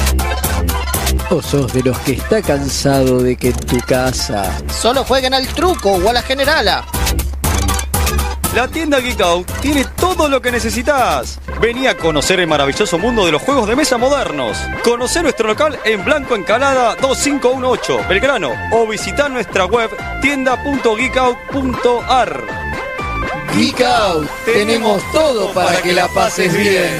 Speaker 11: o sos de los que está cansado de que en tu casa
Speaker 12: Solo jueguen al truco o a la generala.
Speaker 2: La tienda Geek Out tiene todo lo que necesitas. Vení a conocer el maravilloso mundo de los juegos de mesa modernos. Conocer nuestro local en Blanco Encalada 2518, Belgrano, o visitar nuestra web tienda.geekout.ar.
Speaker 11: Geek Out, tenemos todo para que la pases bien.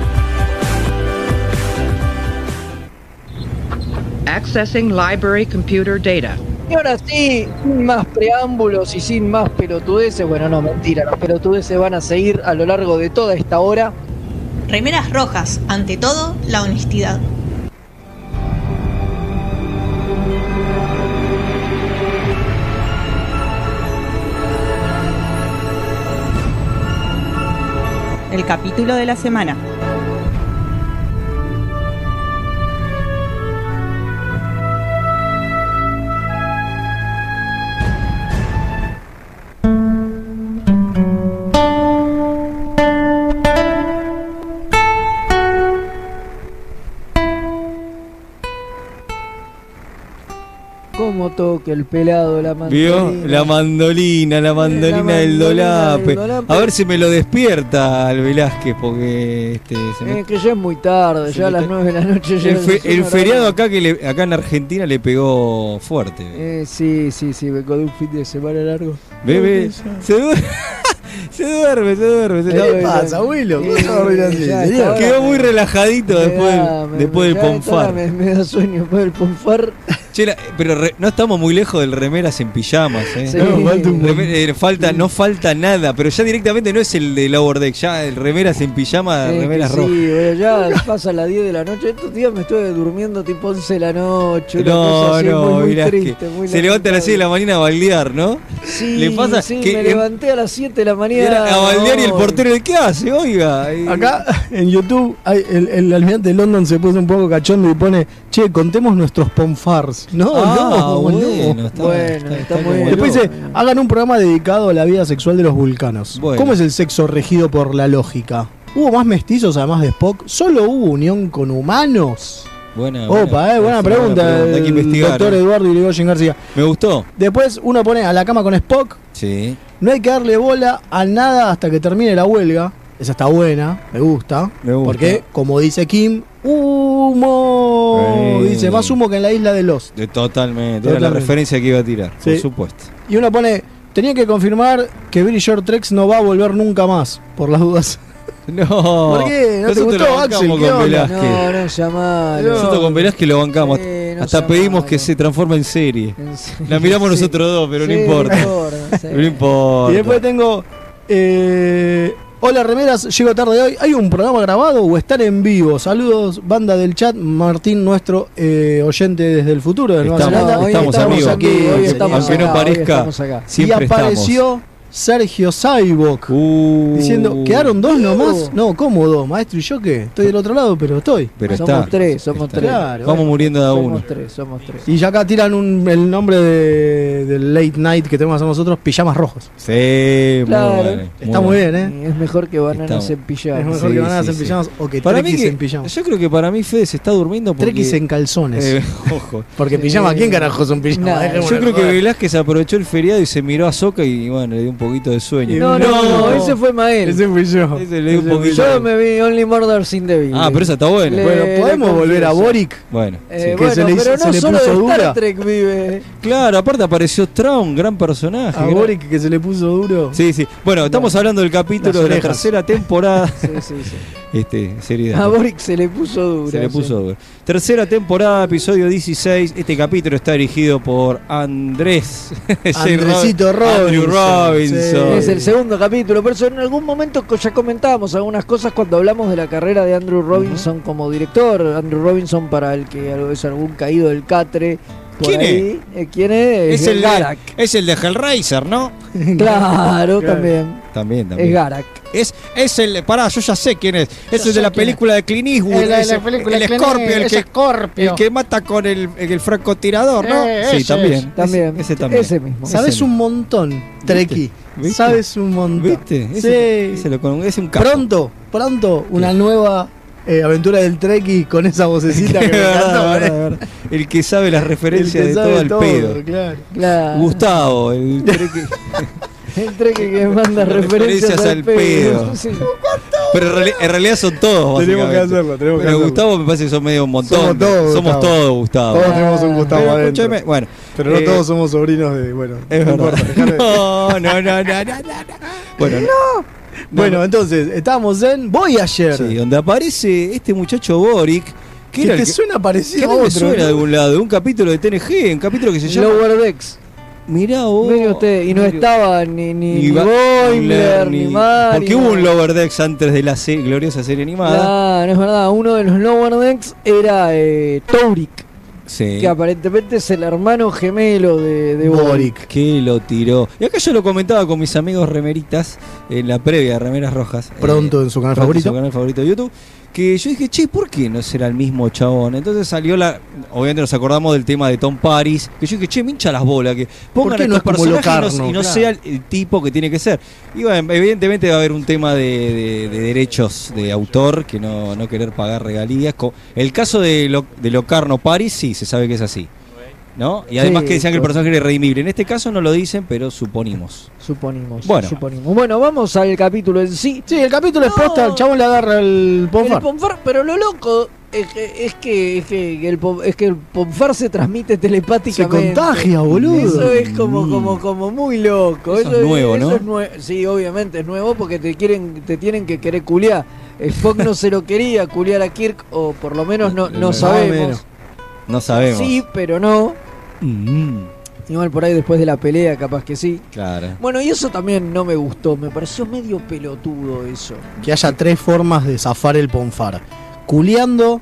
Speaker 13: Accessing library computer data.
Speaker 1: Y ahora sí, sin más preámbulos y sin más pelotudeces, bueno, no, mentira, los pelotudeces van a seguir a lo largo de toda esta hora.
Speaker 14: Remeras rojas, ante todo, la honestidad.
Speaker 6: el capítulo de la semana.
Speaker 1: ¿Cómo toca el pelado la mandolina?
Speaker 2: ¿Vio? La mandolina, la mandolina, del
Speaker 1: mandolina del
Speaker 2: dolape.
Speaker 1: dolape.
Speaker 2: A ver si me lo despierta al Velázquez, porque este, se me-
Speaker 1: Eh, que ya es muy tarde,
Speaker 2: Se
Speaker 1: ya a
Speaker 2: me
Speaker 1: las
Speaker 2: está-
Speaker 1: 9 de la noche ya
Speaker 2: el, fe-
Speaker 1: es una
Speaker 2: el
Speaker 1: hora
Speaker 2: feriado
Speaker 1: grande.
Speaker 2: acá que le- acá en Argentina le pegó fuerte.
Speaker 1: Eh, sí, sí, sí, vengo de un fin de semana largo.
Speaker 2: Bebé, se, duer- se duerme, se duerme. se
Speaker 1: ¿Qué le
Speaker 2: duerme.
Speaker 1: pasa, abuelo? ¿Cómo se va a dormir así, Eh, Ya, señor? ahora
Speaker 2: Quedó muy
Speaker 1: me-
Speaker 2: relajadito
Speaker 1: Me
Speaker 2: después,
Speaker 1: da-
Speaker 2: del-
Speaker 1: me- me
Speaker 2: después del
Speaker 1: da- toda-
Speaker 2: ponfar.
Speaker 1: Me, me da sueño después del ponfar.
Speaker 2: Che, la- pero re- no estamos muy lejos del remeras en pijamas. ¿eh?
Speaker 1: Sí. No, falta un
Speaker 2: Remer- eh, falta, no falta nada, pero ya directamente no es el de Lower Deck, ya el remeras en pijamas,
Speaker 1: Eh, que
Speaker 2: Ah, remeras
Speaker 1: sí,
Speaker 2: rojas.
Speaker 1: bueno, ya pasa las 10 de la noche. Estos días me estuve durmiendo tipo 11 de la noche. una cosa
Speaker 2: No,
Speaker 1: así,
Speaker 2: no,
Speaker 1: muy, muy
Speaker 2: mirá
Speaker 1: triste,
Speaker 2: que
Speaker 1: muy
Speaker 2: se levanta a las 6 de la mañana a baldear, ¿no?
Speaker 1: Sí,
Speaker 2: Le pasa
Speaker 1: sí,
Speaker 2: que
Speaker 1: me
Speaker 2: en-
Speaker 1: levanté a las 7 de la mañana.
Speaker 2: era a baldear y el
Speaker 1: no,
Speaker 2: portero de qué hace, oiga. Y-
Speaker 3: Acá en YouTube hay- el, el almirante London se puso un poco cachondo y pone, che, contemos nuestros ponfars. No,
Speaker 2: Ah,
Speaker 3: no,
Speaker 2: bueno,
Speaker 3: no.
Speaker 2: está-
Speaker 1: Bueno, está, muy bien.
Speaker 3: Después dice, hagan un programa dedicado a la vida sexual de los vulcanos.
Speaker 2: Bueno.
Speaker 3: ¿Cómo es el sexo regido por la lógica? ¿Hubo más mestizos además de Spock? ¿Solo hubo unión con humanos?
Speaker 2: Buena,
Speaker 3: Opa, eh, buena
Speaker 2: es una
Speaker 3: pregunta,
Speaker 2: Hay que
Speaker 3: el
Speaker 2: investigar.
Speaker 3: doctor
Speaker 2: ¿eh?
Speaker 3: Eduardo Irigoyen García.
Speaker 2: Me gustó.
Speaker 3: Después uno pone a la cama con Spock,
Speaker 2: Sí.
Speaker 3: no hay que darle bola a nada hasta que termine la huelga. Esa está buena, me gusta.
Speaker 2: Me gusta.
Speaker 3: Porque, como dice Kim, humo.
Speaker 2: Ey.
Speaker 3: Dice, más humo que en la isla de los.
Speaker 2: De- Totalmente. Era la
Speaker 3: Totalmente.
Speaker 2: referencia que iba a tirar, por
Speaker 3: Sí.
Speaker 2: supuesto.
Speaker 3: Y uno pone, tenía que confirmar que Billy Short Trex no va a volver nunca más, por las dudas.
Speaker 2: No.
Speaker 3: ¿Por qué? ¿No te
Speaker 2: Nosotros
Speaker 3: gustó,
Speaker 2: lo bancamos
Speaker 3: Axel? ¿Qué
Speaker 2: con
Speaker 3: onda?
Speaker 2: Velázquez.
Speaker 1: No, no, llamalo.
Speaker 2: Nosotros con Velázquez lo bancamos.
Speaker 1: Sí, no
Speaker 2: Hasta
Speaker 1: sea
Speaker 2: pedimos
Speaker 1: malo.
Speaker 2: que se transforme en serie.
Speaker 1: En serio,
Speaker 2: La miramos
Speaker 1: sí.
Speaker 2: nosotros dos, pero no
Speaker 1: Sí,
Speaker 2: importa.
Speaker 1: importa, sí.
Speaker 2: No importa.
Speaker 3: Y después tengo, eh, hola remeras, llego tarde hoy. ¿Hay un programa grabado o están en vivo? Saludos, banda del chat, Martín, nuestro eh, oyente desde el futuro de Nueva
Speaker 2: Estamos,
Speaker 3: Zelanda.
Speaker 2: estamos, amigos.
Speaker 1: hoy estamos
Speaker 2: Aunque no
Speaker 1: acá, hoy
Speaker 2: parezca,
Speaker 1: estamos acá.
Speaker 2: siempre
Speaker 3: y apareció Sergio Saibok
Speaker 2: estamos.
Speaker 3: diciendo,
Speaker 2: Uh,
Speaker 3: ¿quedaron dos nomás? No, ¿cómo dos? Maestro, ¿y yo qué? Estoy del otro lado, pero estoy.
Speaker 2: Pero
Speaker 1: somos
Speaker 2: está.
Speaker 1: tres, somos
Speaker 2: Está.
Speaker 1: tres.
Speaker 3: Claro,
Speaker 2: Vamos muriendo de a
Speaker 1: somos
Speaker 2: uno.
Speaker 1: tres, somos tres.
Speaker 3: Y ya acá tiran un- el nombre de- del late night que tenemos nosotros, Pijamas Rojos.
Speaker 2: Sí,
Speaker 1: Claro.
Speaker 2: muy bueno.
Speaker 3: Está muy bien, ¿eh?
Speaker 1: Es mejor que bananas
Speaker 2: Estamos.
Speaker 1: en
Speaker 3: Es
Speaker 1: pijama.
Speaker 3: mejor
Speaker 2: sí,
Speaker 3: que bananas
Speaker 2: sí,
Speaker 3: en
Speaker 2: sí.
Speaker 3: pijamas o que
Speaker 2: Para mí
Speaker 3: trequis
Speaker 2: que-
Speaker 3: en pijamas.
Speaker 2: Yo creo que para mí Fede se está durmiendo porque...
Speaker 3: Trequis en calzones.
Speaker 2: Eh, ojo.
Speaker 3: Porque
Speaker 1: Sí.
Speaker 3: pijama, ¿quién carajo son
Speaker 1: Nah,
Speaker 3: pijamas? Dejémonos
Speaker 2: Yo creo que
Speaker 3: joder.
Speaker 2: Velázquez aprovechó el feriado y se miró a Soca y bueno, le dio un poquito de sueño.
Speaker 1: No, no, no,
Speaker 3: No.
Speaker 1: ese fue Mael.
Speaker 3: Ese fui yo.
Speaker 2: Ese le dio un poquito
Speaker 1: Yo
Speaker 2: de-
Speaker 1: me vi Only Murder Sin Devil.
Speaker 2: Ah, pero esa está buena.
Speaker 1: Le-
Speaker 3: Bueno, ¿podemos
Speaker 1: le
Speaker 3: volver a
Speaker 1: confieso.
Speaker 3: Boric?
Speaker 2: Bueno,
Speaker 1: Eh,
Speaker 2: sí.
Speaker 3: que
Speaker 1: bueno,
Speaker 3: se le hizo-
Speaker 1: pero no
Speaker 3: se le
Speaker 1: solo
Speaker 3: puso
Speaker 1: de Star
Speaker 3: dura.
Speaker 1: Trek vive.
Speaker 2: Claro, aparte apareció Traun, gran personaje.
Speaker 3: A
Speaker 2: gran-
Speaker 3: Boric que se le puso duro.
Speaker 2: Sí, sí. Bueno, estamos hablando del
Speaker 3: Las
Speaker 2: capítulo de la
Speaker 3: orejas.
Speaker 2: tercera temporada.
Speaker 1: Sí, sí, sí.
Speaker 2: este, seriedad.
Speaker 1: A Boric se le puso dura.
Speaker 2: Se le
Speaker 1: sí.
Speaker 2: puso duro. Tercera temporada, episodio 16. Este capítulo está dirigido por Andrés. Sí,
Speaker 3: Andresito
Speaker 2: Rob- Andrew
Speaker 3: Robinson,
Speaker 2: Robinson.
Speaker 3: sí.
Speaker 1: Es el segundo capítulo, por eso en algún momento co- ya comentábamos algunas cosas cuando hablamos de la carrera de Andrew Robinson como director. Andrew Robinson, para el que algo- es algún caído del catre. por
Speaker 2: ¿Quién es?
Speaker 1: ahí, eh, ¿Quién es?
Speaker 2: Es el, de,
Speaker 1: Garak.
Speaker 2: es el de Hellraiser, ¿no?
Speaker 1: Claro, también.
Speaker 2: También,
Speaker 1: Es
Speaker 2: también.
Speaker 1: Garak.
Speaker 2: Es, es el. Pará, yo ya sé quién es. Es
Speaker 1: Yo
Speaker 2: el de
Speaker 1: sé
Speaker 2: la
Speaker 1: quién
Speaker 2: película de Clint Eastwood.
Speaker 15: El de la
Speaker 2: ese-
Speaker 15: película
Speaker 2: el
Speaker 15: de Clint
Speaker 2: Scorpio, el
Speaker 15: ese
Speaker 2: que, el que mata con el, el francotirador, ¿no?
Speaker 15: Eh, ese
Speaker 2: sí,
Speaker 15: es.
Speaker 2: también.
Speaker 1: También.
Speaker 2: Ese también.
Speaker 1: Ese mismo.
Speaker 2: Ese
Speaker 3: Sabes
Speaker 2: no.
Speaker 3: un montón, Treki.
Speaker 2: ¿Viste?
Speaker 3: Sabes un montón.
Speaker 2: ¿Viste?
Speaker 3: Sí.
Speaker 2: Ese, ese lo con- es un capo.
Speaker 3: Pronto, pronto, una nueva eh, aventura del Treki con esa vocecita que
Speaker 2: Es
Speaker 3: me
Speaker 2: verdad,
Speaker 3: encantó,
Speaker 2: verdad,
Speaker 3: ¿eh?
Speaker 2: verdad. El que sabe las
Speaker 3: El
Speaker 2: referencias
Speaker 3: que
Speaker 2: de
Speaker 3: sabe
Speaker 2: todo al pedo.
Speaker 3: claro.
Speaker 1: Claro.
Speaker 2: Gustavo, el treque.
Speaker 1: Entre que, que manda referencias,
Speaker 2: Referencias al pedo.
Speaker 1: Sí.
Speaker 2: Pero en, reali- en realidad son todos.
Speaker 3: Tenemos que
Speaker 2: básicamente.
Speaker 3: hacerlo, tenemos que
Speaker 2: Pero
Speaker 3: hacerlo.
Speaker 2: Gustavo me parece que son medio un montón.
Speaker 3: Somos todos,
Speaker 2: Somos
Speaker 3: Gustavo.
Speaker 2: todos Gustavo.
Speaker 3: Todos tenemos un Gustavo
Speaker 2: Pero
Speaker 3: adentro.
Speaker 2: escúchame, bueno.
Speaker 3: Pero no
Speaker 2: eh,
Speaker 3: todos somos sobrinos de. Bueno,
Speaker 2: Es
Speaker 3: no
Speaker 2: verdad.
Speaker 3: importa, dejale-
Speaker 2: No, no, no, no, no, no, no. Bueno,
Speaker 3: Bueno, entonces, estamos en Voyager.
Speaker 2: sí, donde aparece este muchacho Boric. Que
Speaker 3: que
Speaker 2: era
Speaker 3: te
Speaker 2: el que-
Speaker 3: suena
Speaker 2: que
Speaker 3: parecido
Speaker 2: a
Speaker 3: a
Speaker 2: mí me
Speaker 3: otro.
Speaker 2: suena de algún lado, de un capítulo de TNG, un capítulo que se llama.
Speaker 1: Lower Decks.
Speaker 2: Mirá vos.
Speaker 1: Mire usted, y no
Speaker 2: Mire-
Speaker 1: estaba ni, ni, ni
Speaker 2: Ba-
Speaker 1: Boimler,
Speaker 2: ni-
Speaker 1: ni, Mari.
Speaker 2: Porque hubo un Lower Decks antes de la se- gloriosa serie animada.
Speaker 1: Claro, no es verdad. Uno de los Lower Decks era eh, Taurik.
Speaker 2: Sí.
Speaker 1: que aparentemente es el hermano gemelo de, de Boric.
Speaker 2: Boric. Que lo tiró. Y acá yo lo comentaba con mis amigos remeritas en la previa de Remeras Rojas. eh,
Speaker 3: Pronto en su canal
Speaker 2: pronto en
Speaker 3: favorito.
Speaker 2: su canal favorito de YouTube. Que yo dije, che, ¿por qué no será el mismo chabón? Entonces salió la. Obviamente nos acordamos del tema de Tom Paris. Que yo dije, che, me hincha las bolas. Que pongan
Speaker 3: qué
Speaker 2: a
Speaker 3: no
Speaker 2: estos
Speaker 3: es como
Speaker 2: personajes y no,
Speaker 3: Locarno?
Speaker 2: y no
Speaker 3: Claro.
Speaker 2: sea el, el tipo que tiene que ser. Y bueno, evidentemente va a haber un tema de, de- de derechos de autor. Que no, no querer pagar regalías. Co- El caso de, Lo- de Locarno Paris, sí, se sabe que es así. ¿No? Y además
Speaker 1: Sí,
Speaker 2: que decían que el
Speaker 1: claro.
Speaker 2: personaje era irredimible. En este caso no lo dicen, pero suponimos.
Speaker 1: Suponimos.
Speaker 2: Bueno.
Speaker 1: suponimos. Bueno, vamos al capítulo en sí.
Speaker 3: Sí, el capítulo es posta, el chabón le agarra el
Speaker 1: El
Speaker 3: ponfar.
Speaker 1: Ponfar, pero lo loco es que, es que, es que el, pon- es que el Ponfar se transmite telepáticamente.
Speaker 3: Se contagia, boludo.
Speaker 1: Eso es como, como, como muy loco.
Speaker 2: Mm. Eso es nuevo,
Speaker 1: eso
Speaker 2: ¿no?
Speaker 1: es nue- sí, obviamente es nuevo porque te quieren, te tienen que querer culiar. Eh, Spock no se lo quería culiar a Kirk, o por lo menos no, no
Speaker 2: Más o
Speaker 1: sabemos.
Speaker 2: menos. No sabemos.
Speaker 1: Sí, pero no.
Speaker 2: Mm,
Speaker 1: Igual por ahí después de la pelea, capaz que sí.
Speaker 2: claro.
Speaker 1: Bueno, y eso también no me gustó, me pareció medio pelotudo eso.
Speaker 3: Que haya tres formas de zafar el ponfar. Culeando,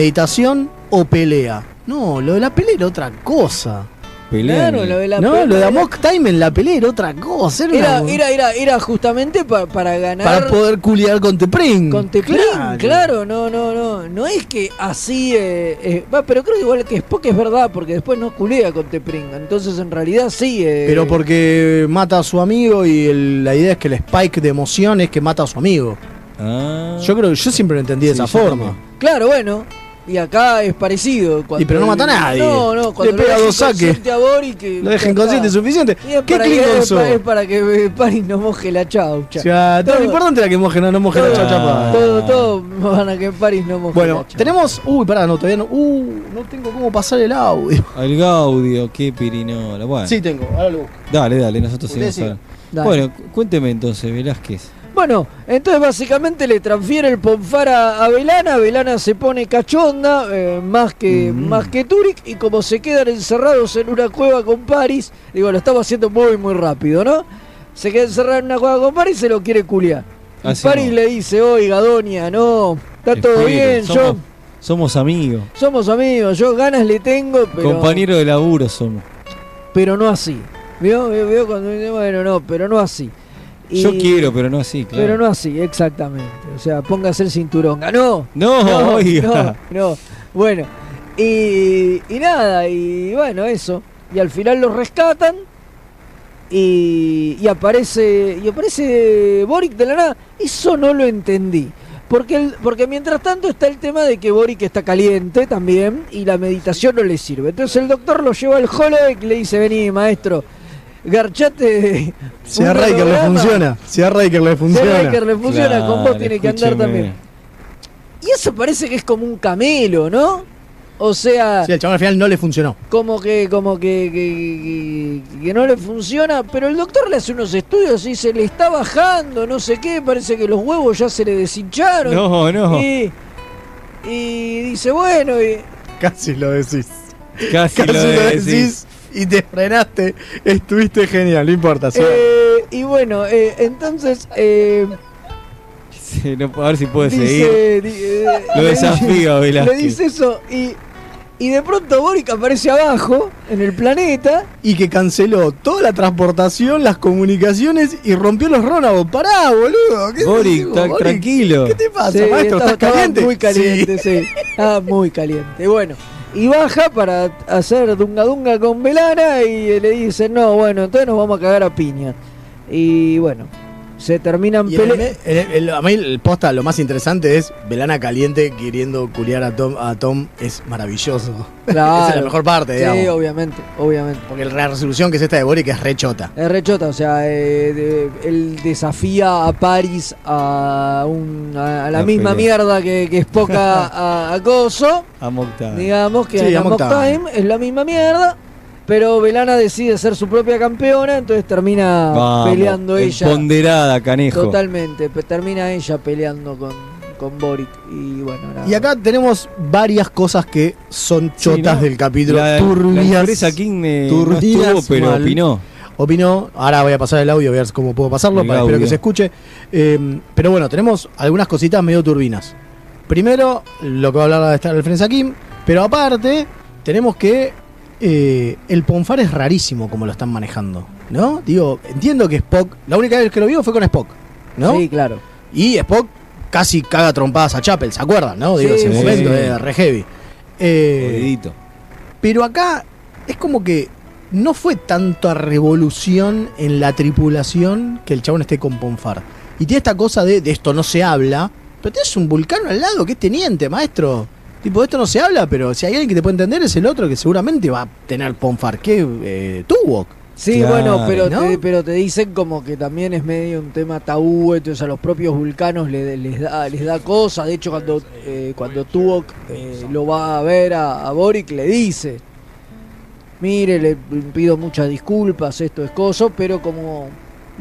Speaker 3: meditación o pelea. No, lo de la pelea era otra cosa.
Speaker 2: Pelean.
Speaker 1: Claro, lo de la
Speaker 3: no,
Speaker 1: pelea
Speaker 3: lo de
Speaker 1: era-
Speaker 3: Amok Time en la pelea era otra cosa. Era,
Speaker 1: Era,
Speaker 3: una-
Speaker 1: era, era, era justamente pa- para ganar.
Speaker 3: para poder culiar con Tepring.
Speaker 1: Con Teprín, claro. no, no, no. No es que así. eh, eh, va, pero creo que igual que Spock es verdad, porque después no culea con Teprín. Entonces en realidad sí. eh,
Speaker 3: Pero porque mata a su amigo y el- la idea es que el spike de emoción es que mata a su amigo.
Speaker 2: Ah.
Speaker 3: Yo creo yo siempre lo entendí de
Speaker 2: Sí,
Speaker 3: esa
Speaker 2: yo
Speaker 3: forma.
Speaker 1: Claro, bueno. Y acá es parecido. Cuando
Speaker 3: Y pero no mata a nadie.
Speaker 1: No, no, cuando
Speaker 3: Le pega
Speaker 1: lo
Speaker 3: dos
Speaker 1: deja
Speaker 3: saques.
Speaker 1: inconsciente a Bori que.
Speaker 3: Lo deja
Speaker 1: ya
Speaker 3: inconsciente es
Speaker 1: está.
Speaker 3: suficiente.
Speaker 1: Y es
Speaker 3: ¿Qué
Speaker 1: para que-
Speaker 3: Klingon
Speaker 1: es para-
Speaker 3: sos?
Speaker 1: Es para que eh, Paris no moje la chaucha.
Speaker 3: O sea, todo
Speaker 1: Todo-
Speaker 3: lo importante era que mojen, no, no mojen la
Speaker 1: todo-
Speaker 3: chachapa.
Speaker 1: Todo, todo van a que Paris no moje la
Speaker 3: Bueno,
Speaker 1: chaucha.
Speaker 3: tenemos. Uy, pará, no, todavía no. Uh, no tengo cómo pasar el audio.
Speaker 2: Al Gaudio, qué pirinola. Bueno,
Speaker 3: Sí, tengo, ahora lo busco.
Speaker 2: dale, dale, nosotros
Speaker 3: Ustedes
Speaker 2: seguimos hablando.
Speaker 1: Dale.
Speaker 2: Bueno, cu- cuénteme entonces, Velázquez.
Speaker 1: Bueno, entonces básicamente le transfiere el Ponfar a, a Velana, Velana se pone cachonda, eh, más que más que Turek, y como se quedan encerrados en una cueva con Paris, digo, lo estamos haciendo muy muy rápido, ¿no? Se queda encerrado en una cueva con Paris y se lo quiere culiar. Y
Speaker 2: Así
Speaker 1: Paris
Speaker 2: no.
Speaker 1: le dice, oiga, Doña, no, está todo
Speaker 2: Espere,
Speaker 1: bien,
Speaker 2: somos,
Speaker 1: yo
Speaker 2: Somos amigos,
Speaker 1: somos amigos, yo ganas le tengo, pero,
Speaker 2: compañeros de laburo somos.
Speaker 1: pero no así. ¿Vio? ¿Vio? ¿Vio? Cuando dice, bueno, no, pero no así. Y-
Speaker 2: Yo quiero, pero no así, claro.
Speaker 1: Pero no así, exactamente. O sea, póngase el cinturón. ¡Ganó!
Speaker 2: no, oiga.
Speaker 1: No, no. Bueno, y, y nada, y bueno, eso. Y al final los rescatan. Y, y aparece y aparece Boric de la nada. Eso no lo entendí. Porque, el- porque mientras tanto está el tema de que Boric está caliente también y la meditación no le sirve. Entonces el doctor lo lleva al holodeck y le dice, vení maestro, garchate.
Speaker 3: Si
Speaker 1: un
Speaker 3: a Riker le
Speaker 1: holograma".
Speaker 3: funciona. Si a Riker le
Speaker 1: Si
Speaker 3: funciona.
Speaker 1: a Riker le funciona, con vos
Speaker 2: Claro,
Speaker 1: tiene que andar
Speaker 2: escúcheme.
Speaker 1: también. Y eso parece que es como un camelo, ¿no? O sea,
Speaker 3: Sí, al chabón al final no le funcionó.
Speaker 1: como que, como que, que- que- que no le funciona, pero el doctor le hace unos estudios y se le está bajando, no sé qué, parece que los huevos ya se le deshincharon.
Speaker 2: No, no.
Speaker 1: Y, y dice, bueno, y-
Speaker 3: Casi lo decís.
Speaker 2: Casi,
Speaker 3: Casi
Speaker 2: lo decís.
Speaker 3: y te frenaste. Estuviste genial, no importa. se va.
Speaker 1: eh, y bueno, eh, entonces eh,
Speaker 2: Sí, no, a ver si puede seguir.
Speaker 1: dice, di- eh,
Speaker 2: Lo desafío,
Speaker 1: le
Speaker 2: Velázquez.
Speaker 1: dice eso y, y de pronto Boric aparece abajo en el planeta.
Speaker 3: y que canceló toda la transportación, las comunicaciones y rompió los Ronabos. Pará, boludo. ¿qué
Speaker 2: Boric,
Speaker 3: decís,
Speaker 2: ta-
Speaker 3: Boric?
Speaker 2: tranquilo.
Speaker 3: ¿Qué te pasa,
Speaker 1: Sí,
Speaker 3: maestro?
Speaker 1: estaba-
Speaker 3: ¿Estás
Speaker 1: estaba
Speaker 3: caliente?
Speaker 1: Muy caliente,
Speaker 3: Sí.
Speaker 1: sí. Estaba muy caliente. Bueno, y baja para hacer dunga dunga con Velana y le dice, no, bueno, entonces nos vamos a cagar a piña. Y bueno, se terminan
Speaker 3: Y en el
Speaker 1: peleando.
Speaker 3: me- en el- el- a mí el posta lo más interesante es Velana caliente queriendo culiar a Tom, a Tom es maravilloso. Esa es la mejor parte,
Speaker 1: Sí,
Speaker 3: digamos.
Speaker 1: obviamente, oboric
Speaker 3: Porque la resolución que es esta de Boric es rechota.
Speaker 1: Es rechota, o sea, eh, de- él desafía a Paris a, un- a- a la
Speaker 2: Una
Speaker 1: misma
Speaker 2: pelea.
Speaker 1: mierda que, que Spock a, a- a Gozo.
Speaker 2: A Mokhtar.
Speaker 1: Digamos que
Speaker 3: Sí,
Speaker 1: en
Speaker 3: Amok
Speaker 1: Amok Time. es la misma mierda, pero Velana decide ser su propia campeona, entonces termina
Speaker 2: Vamos,
Speaker 1: peleando ella.
Speaker 2: Ponderada, canejo.
Speaker 1: Totalmente, pe- termina ella peleando con, con Boric. Y bueno, nada.
Speaker 3: Y acá tenemos varias cosas que son
Speaker 2: Sí, ¿no?
Speaker 3: chotas del capítulo.
Speaker 2: La,
Speaker 3: turbias.
Speaker 2: la empresa King eh, no
Speaker 3: turbias
Speaker 2: estuvo, pero
Speaker 3: mal.
Speaker 2: opinó.
Speaker 3: opinó. Ahora voy a pasar el audio, voy a ver cómo puedo pasarlo,
Speaker 2: El
Speaker 3: para, espero
Speaker 2: audio.
Speaker 3: que se escuche. Eh, pero bueno, tenemos algunas cositas medio turbinas. Primero, lo que va a hablar de estar el Frenza Kim, pero aparte, tenemos que eh, el Ponfar es rarísimo como lo están manejando, ¿no? Digo, entiendo que Spock, la única vez que lo vio fue con Spock, ¿no?
Speaker 1: Sí, claro.
Speaker 3: Y Spock casi caga trompadas a Chapel, ¿se acuerdan, no? Digo,
Speaker 1: Sí,
Speaker 3: ese
Speaker 1: sí.
Speaker 3: momento eh, re heavy. Eh,
Speaker 2: Jodidito.
Speaker 3: pero acá es como que no fue tanta revolución en la tripulación que el chabón esté con Ponfar. Y tiene esta cosa de, de esto no se habla, pero tienes un vulcano al lado que es teniente, maestro. Tipo, de esto no se habla, pero si hay alguien que te puede entender es el otro que seguramente va a tener Ponfar. ¿Qué? Eh, Tuvok.
Speaker 1: Sí, bueno, pero,
Speaker 3: ¿No?
Speaker 1: te, pero te dicen como que también es medio un tema tabú, entonces a los propios vulcanos le- les, da, les da cosa. De hecho, cuando, eh, cuando Tuvok eh, lo va a ver a, a Boric, le dice: Mire, le pido muchas disculpas, esto es coso, pero como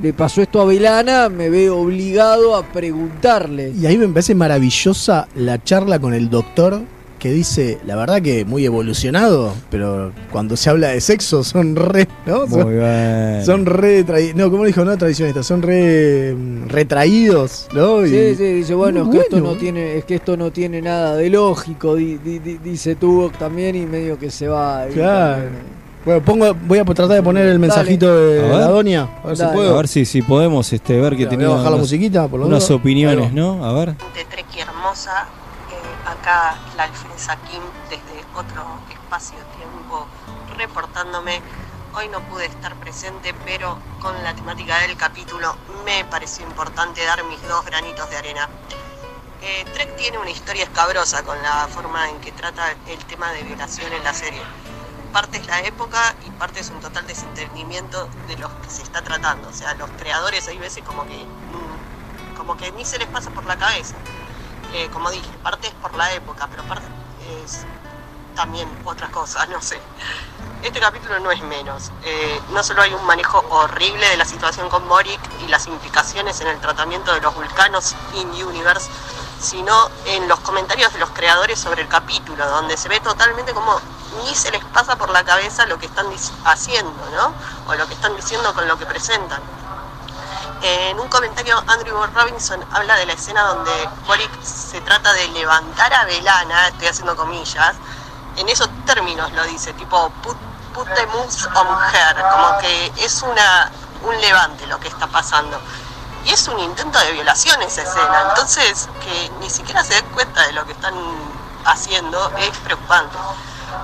Speaker 1: le pasó esto a Velana, me veo obligado a preguntarle.
Speaker 3: Y ahí me parece maravillosa la charla con el doctor que dice, la verdad que muy evolucionado, pero cuando se habla de sexo son re, ¿no?
Speaker 2: Muy
Speaker 3: Son-
Speaker 2: bien.
Speaker 3: Son re trai- no, como dijo, no tradicionistas, son re mm, retraídos, ¿no? Y-
Speaker 1: Sí, sí, dice, bueno, es que
Speaker 3: Muy
Speaker 1: esto
Speaker 3: bueno.
Speaker 1: no tiene, es que esto no tiene nada de lógico, di- di- di- dice Tuvok también y medio que se va. ahí
Speaker 3: Claro.
Speaker 1: también. eh,
Speaker 3: Bueno, pongo, voy a tratar de poner el mensajito
Speaker 2: A
Speaker 3: de
Speaker 2: ver.
Speaker 3: la doña, a ver
Speaker 1: Dale.
Speaker 3: si
Speaker 2: A
Speaker 3: puedo.
Speaker 2: ver si, si podemos este, ver que
Speaker 3: Mira, voy a
Speaker 2: tenía
Speaker 3: bajar la
Speaker 2: unas-
Speaker 3: musiquita, por lo
Speaker 2: unas
Speaker 3: menos.
Speaker 2: opiniones, ¿no? A ver.
Speaker 6: de Treki Hermosa, eh, acá la alfensa Kim desde otro espacio-tiempo reportándome. Hoy no pude estar presente, pero con la temática del capítulo me pareció importante dar mis dos granitos de arena. Eh, Trek tiene una historia escabrosa con la forma en que trata el tema de violación en la serie. Parte es la época y parte es un total desentendimiento de los que se está tratando. O sea, los creadores hay veces como que mm, como que ni se les pasa por la cabeza. Eh, como dije, parte es por la época, pero parte es también otras cosas, no sé. Este capítulo no es menos. Eh, no solo hay un manejo horrible de la situación con Morik y las implicaciones en el tratamiento de los vulcanos in universe, sino en los comentarios de los creadores sobre el capítulo, donde se ve totalmente como ni se les pasa por la cabeza lo que están dis- haciendo, ¿no? O lo que están diciendo con lo que presentan. En un comentario, Andrew Robinson habla de la escena donde Boric se trata de levantar a Velana, estoy haciendo comillas, en esos términos lo dice, tipo put, put the moves on her, como que es una, un levante lo que está pasando. Y es un intento de violación esa escena, entonces que ni siquiera se den cuenta de lo que están haciendo es preocupante.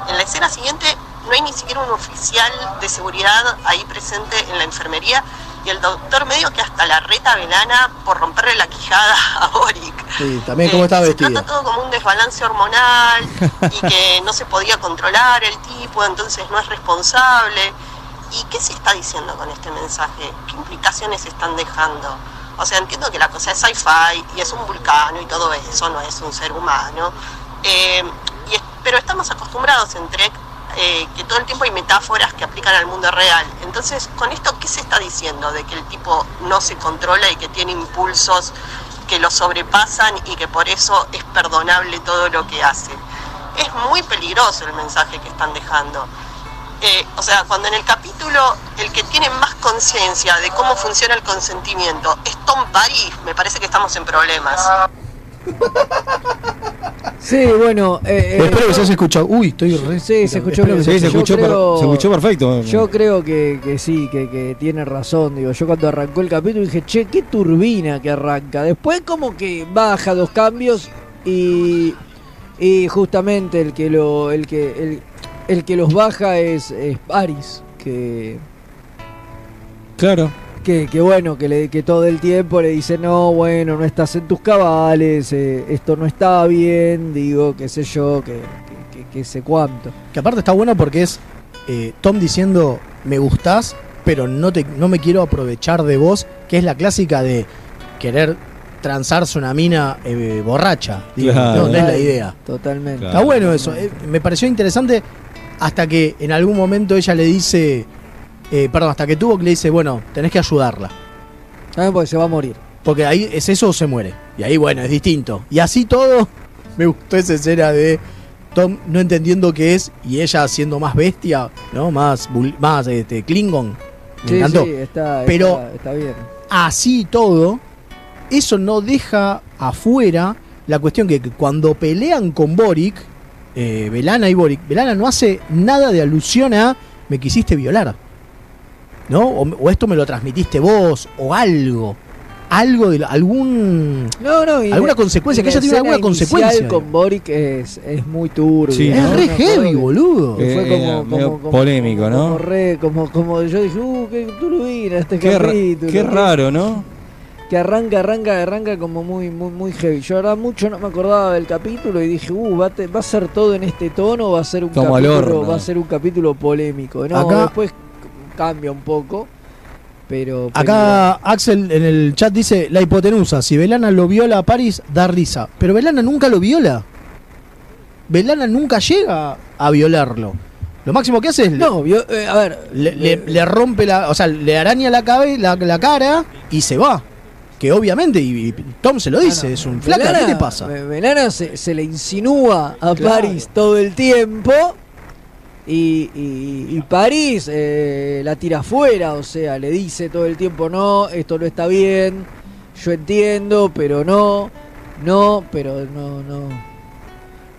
Speaker 6: En la escena siguiente no hay ni siquiera un oficial de seguridad ahí presente en la enfermería y el doctor medio que hasta la reta velana por romperle la quijada a Boric.
Speaker 3: Sí, también
Speaker 6: Eh,
Speaker 3: cómo estaba
Speaker 6: se
Speaker 3: vestido.
Speaker 6: trata todo como un desbalance hormonal y que no se podía controlar el tipo, entonces no es responsable. ¿Y qué se está diciendo con este mensaje? ¿Qué implicaciones están dejando? O sea, entiendo que la cosa es sci-fi y es un vulcano y todo eso, no es un ser humano. Eh, y es- pero estamos acostumbrados en Trek eh, que todo el tiempo hay metáforas que aplican al mundo real. Entonces, ¿con esto qué se está diciendo? De que el tipo no se controla y que tiene impulsos que lo sobrepasan y que por eso es perdonable todo lo que hace. Es muy peligroso el mensaje que están dejando. Eh, o sea, cuando en el capítulo el que tiene más conciencia de cómo funciona el consentimiento es Tom Paris, me parece que estamos en problemas.
Speaker 1: Sí, bueno. eh, eh,
Speaker 3: espero que se haya escuchado. Uy, estoy re...
Speaker 1: Sí, se escuchó,
Speaker 3: espero
Speaker 1: creo que
Speaker 3: que
Speaker 2: Sí, se
Speaker 1: Yo
Speaker 2: escuchó, per-
Speaker 1: creo-
Speaker 2: se escuchó perfecto.
Speaker 1: Yo creo que, que sí, que, que tiene razón. Digo, yo cuando arrancó el capítulo dije, che, qué turbina que arranca. Después como que baja dos cambios y, y justamente el que lo, el que, el, el que los baja es, es Paris, que
Speaker 2: Claro.
Speaker 1: que, que bueno, que, le, que todo el tiempo le dice, no, bueno, no estás en tus cabales, eh, esto no está bien, digo, qué sé yo, que, que, que- que sé cuánto.
Speaker 3: Que aparte está bueno porque es eh, Tom diciendo me gustás, pero no, te, no me quiero aprovechar de vos, que es la clásica de querer transarse una mina eh, borracha. Digo,
Speaker 2: Claro.
Speaker 3: no, no es la idea.
Speaker 1: Totalmente.
Speaker 2: Claro.
Speaker 3: Está bueno eso. eh, me pareció interesante hasta que en algún momento ella le dice, eh, perdón, hasta que tuvo que le dice, bueno, tenés que ayudarla.
Speaker 1: También porque se va a morir.
Speaker 3: Porque ahí es eso o se muere. Y ahí, bueno, es distinto. Y así todo, me gustó esa escena de Tom no entendiendo qué es y ella siendo más bestia, ¿no? Más, vul- más este, Klingon. Me
Speaker 1: Sí,
Speaker 3: encantó.
Speaker 1: sí, está,
Speaker 3: Pero-
Speaker 1: está, está bien.
Speaker 3: Así todo, eso no deja afuera la cuestión que cuando pelean con Boric, eh, Belana y Boric, Belana no hace nada de alusión a me quisiste violar. ¿No? O, o esto me lo transmitiste vos, o algo. Algo de lo- algún.
Speaker 1: No, no, y
Speaker 3: alguna
Speaker 1: la-
Speaker 3: consecuencia,
Speaker 1: y
Speaker 3: que
Speaker 1: la
Speaker 3: ella tiene
Speaker 1: escena
Speaker 3: alguna
Speaker 1: inicial
Speaker 3: consecuencia.
Speaker 1: con Boric es, es muy turbio.
Speaker 2: Sí,
Speaker 1: ¿no?
Speaker 2: Es
Speaker 3: re
Speaker 1: Me acuerdo
Speaker 3: heavy,
Speaker 1: que-
Speaker 3: boludo.
Speaker 1: que Fue
Speaker 2: Eh,
Speaker 1: como,
Speaker 2: era
Speaker 1: como-
Speaker 2: medio
Speaker 1: como-
Speaker 2: polémico, ¿no?
Speaker 1: Como, re- como, como yo dije, uh, qué turbina este
Speaker 2: Qué, ra-
Speaker 1: capítulo.
Speaker 2: qué raro, ¿no?
Speaker 1: Que arranca, arranca, arranca como muy, muy, muy heavy. Yo ahora mucho no me acordaba del capítulo y dije, uh, va, a te- va a ser todo en este tono, va a ser un
Speaker 2: Como al
Speaker 1: capítulo,
Speaker 2: horno.
Speaker 1: va a ser un capítulo polémico. No,
Speaker 3: Acá-
Speaker 1: después c- cambia un poco. Pero, pero-
Speaker 3: Acá Axel en el chat dice la hipotenusa. Si Belana lo viola a París, da risa. Pero Belana nunca lo viola. Belana nunca llega a violarlo. Lo máximo que hace es.
Speaker 1: No, eh, a ver.
Speaker 3: Le, le- le rompe la. O sea, le araña la, cabe, la, la cara y se va. Que obviamente, y, y Tom se lo dice, es un flaca, ¿qué te pasa?
Speaker 1: Be- Belana se, se le insinúa a
Speaker 3: Claro.
Speaker 1: París todo el tiempo y, y- y París eh, la tira afuera, o sea, le dice todo el tiempo, no, esto no está bien, yo entiendo, pero no, no, pero no, no.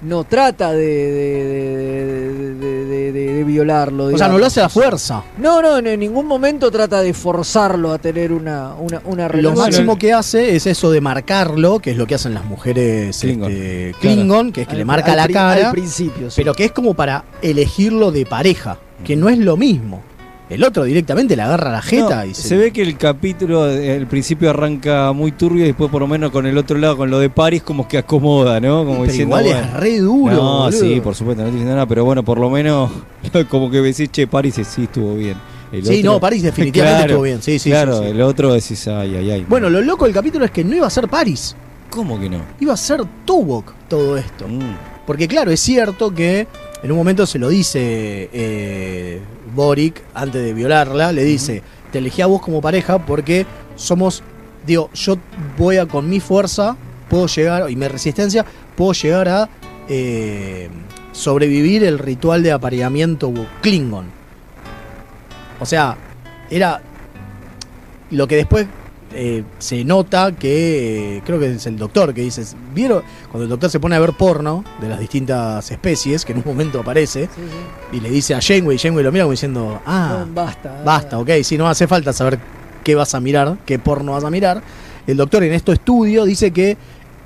Speaker 1: No trata de, de- de- de- de- de- de violarlo.
Speaker 3: O sea, no
Speaker 1: digamos.
Speaker 3: lo hace a la fuerza.
Speaker 1: No, no, en ningún momento trata de forzarlo a tener una, una, una
Speaker 3: Lo
Speaker 1: relación.
Speaker 3: máximo que hace es eso de marcarlo, que es lo que hacen las mujeres Klingon, Klingon que es que
Speaker 1: Al-
Speaker 3: le marca
Speaker 1: al
Speaker 3: la
Speaker 1: pri-
Speaker 3: cara,
Speaker 1: al principio, sí.
Speaker 3: pero que es como para elegirlo de pareja, que no es lo mismo. El otro directamente le agarra la jeta
Speaker 2: No,
Speaker 3: y se,
Speaker 2: se ve que el capítulo, eh, al principio arranca muy turbio y después por lo menos con el otro lado, con lo de París, como que acomoda, ¿no? Como
Speaker 3: Pero
Speaker 2: diciendo,
Speaker 3: igual es
Speaker 2: bueno.
Speaker 3: re duro.
Speaker 2: No,
Speaker 3: boludo.
Speaker 2: sí, por supuesto, no estoy diciendo nada, pero bueno, por lo menos como que decís, che, París sí estuvo bien. El
Speaker 3: Sí, no, París definitivamente estuvo bien, sí, sí, sí,
Speaker 2: Claro,
Speaker 3: sí.
Speaker 2: el otro decís, ay, ay, ay.
Speaker 3: Bueno, lo loco del capítulo es que no iba a ser Paris,
Speaker 2: ¿Cómo que no? Mm,
Speaker 3: iba a ser Tubok todo esto. Porque claro, es cierto que en un momento se lo dice eh, Boric, antes de violarla, le dice, te elegí a vos como pareja porque somos, digo, yo voy a con mi fuerza, puedo llegar, y mi resistencia, puedo llegar a eh, sobrevivir el ritual de apareamiento Klingon. O sea, era lo que después eh, se nota que eh, creo que es el doctor que dice, ¿vieron? Cuando el doctor se pone a ver porno de las distintas especies, que en un momento aparece, y le dice a Janeway, Janeway lo mira como diciendo, ah,
Speaker 1: No, basta.
Speaker 3: basta, ok, si no hace falta saber qué vas a mirar, qué porno vas a mirar. El doctor en este estudio dice que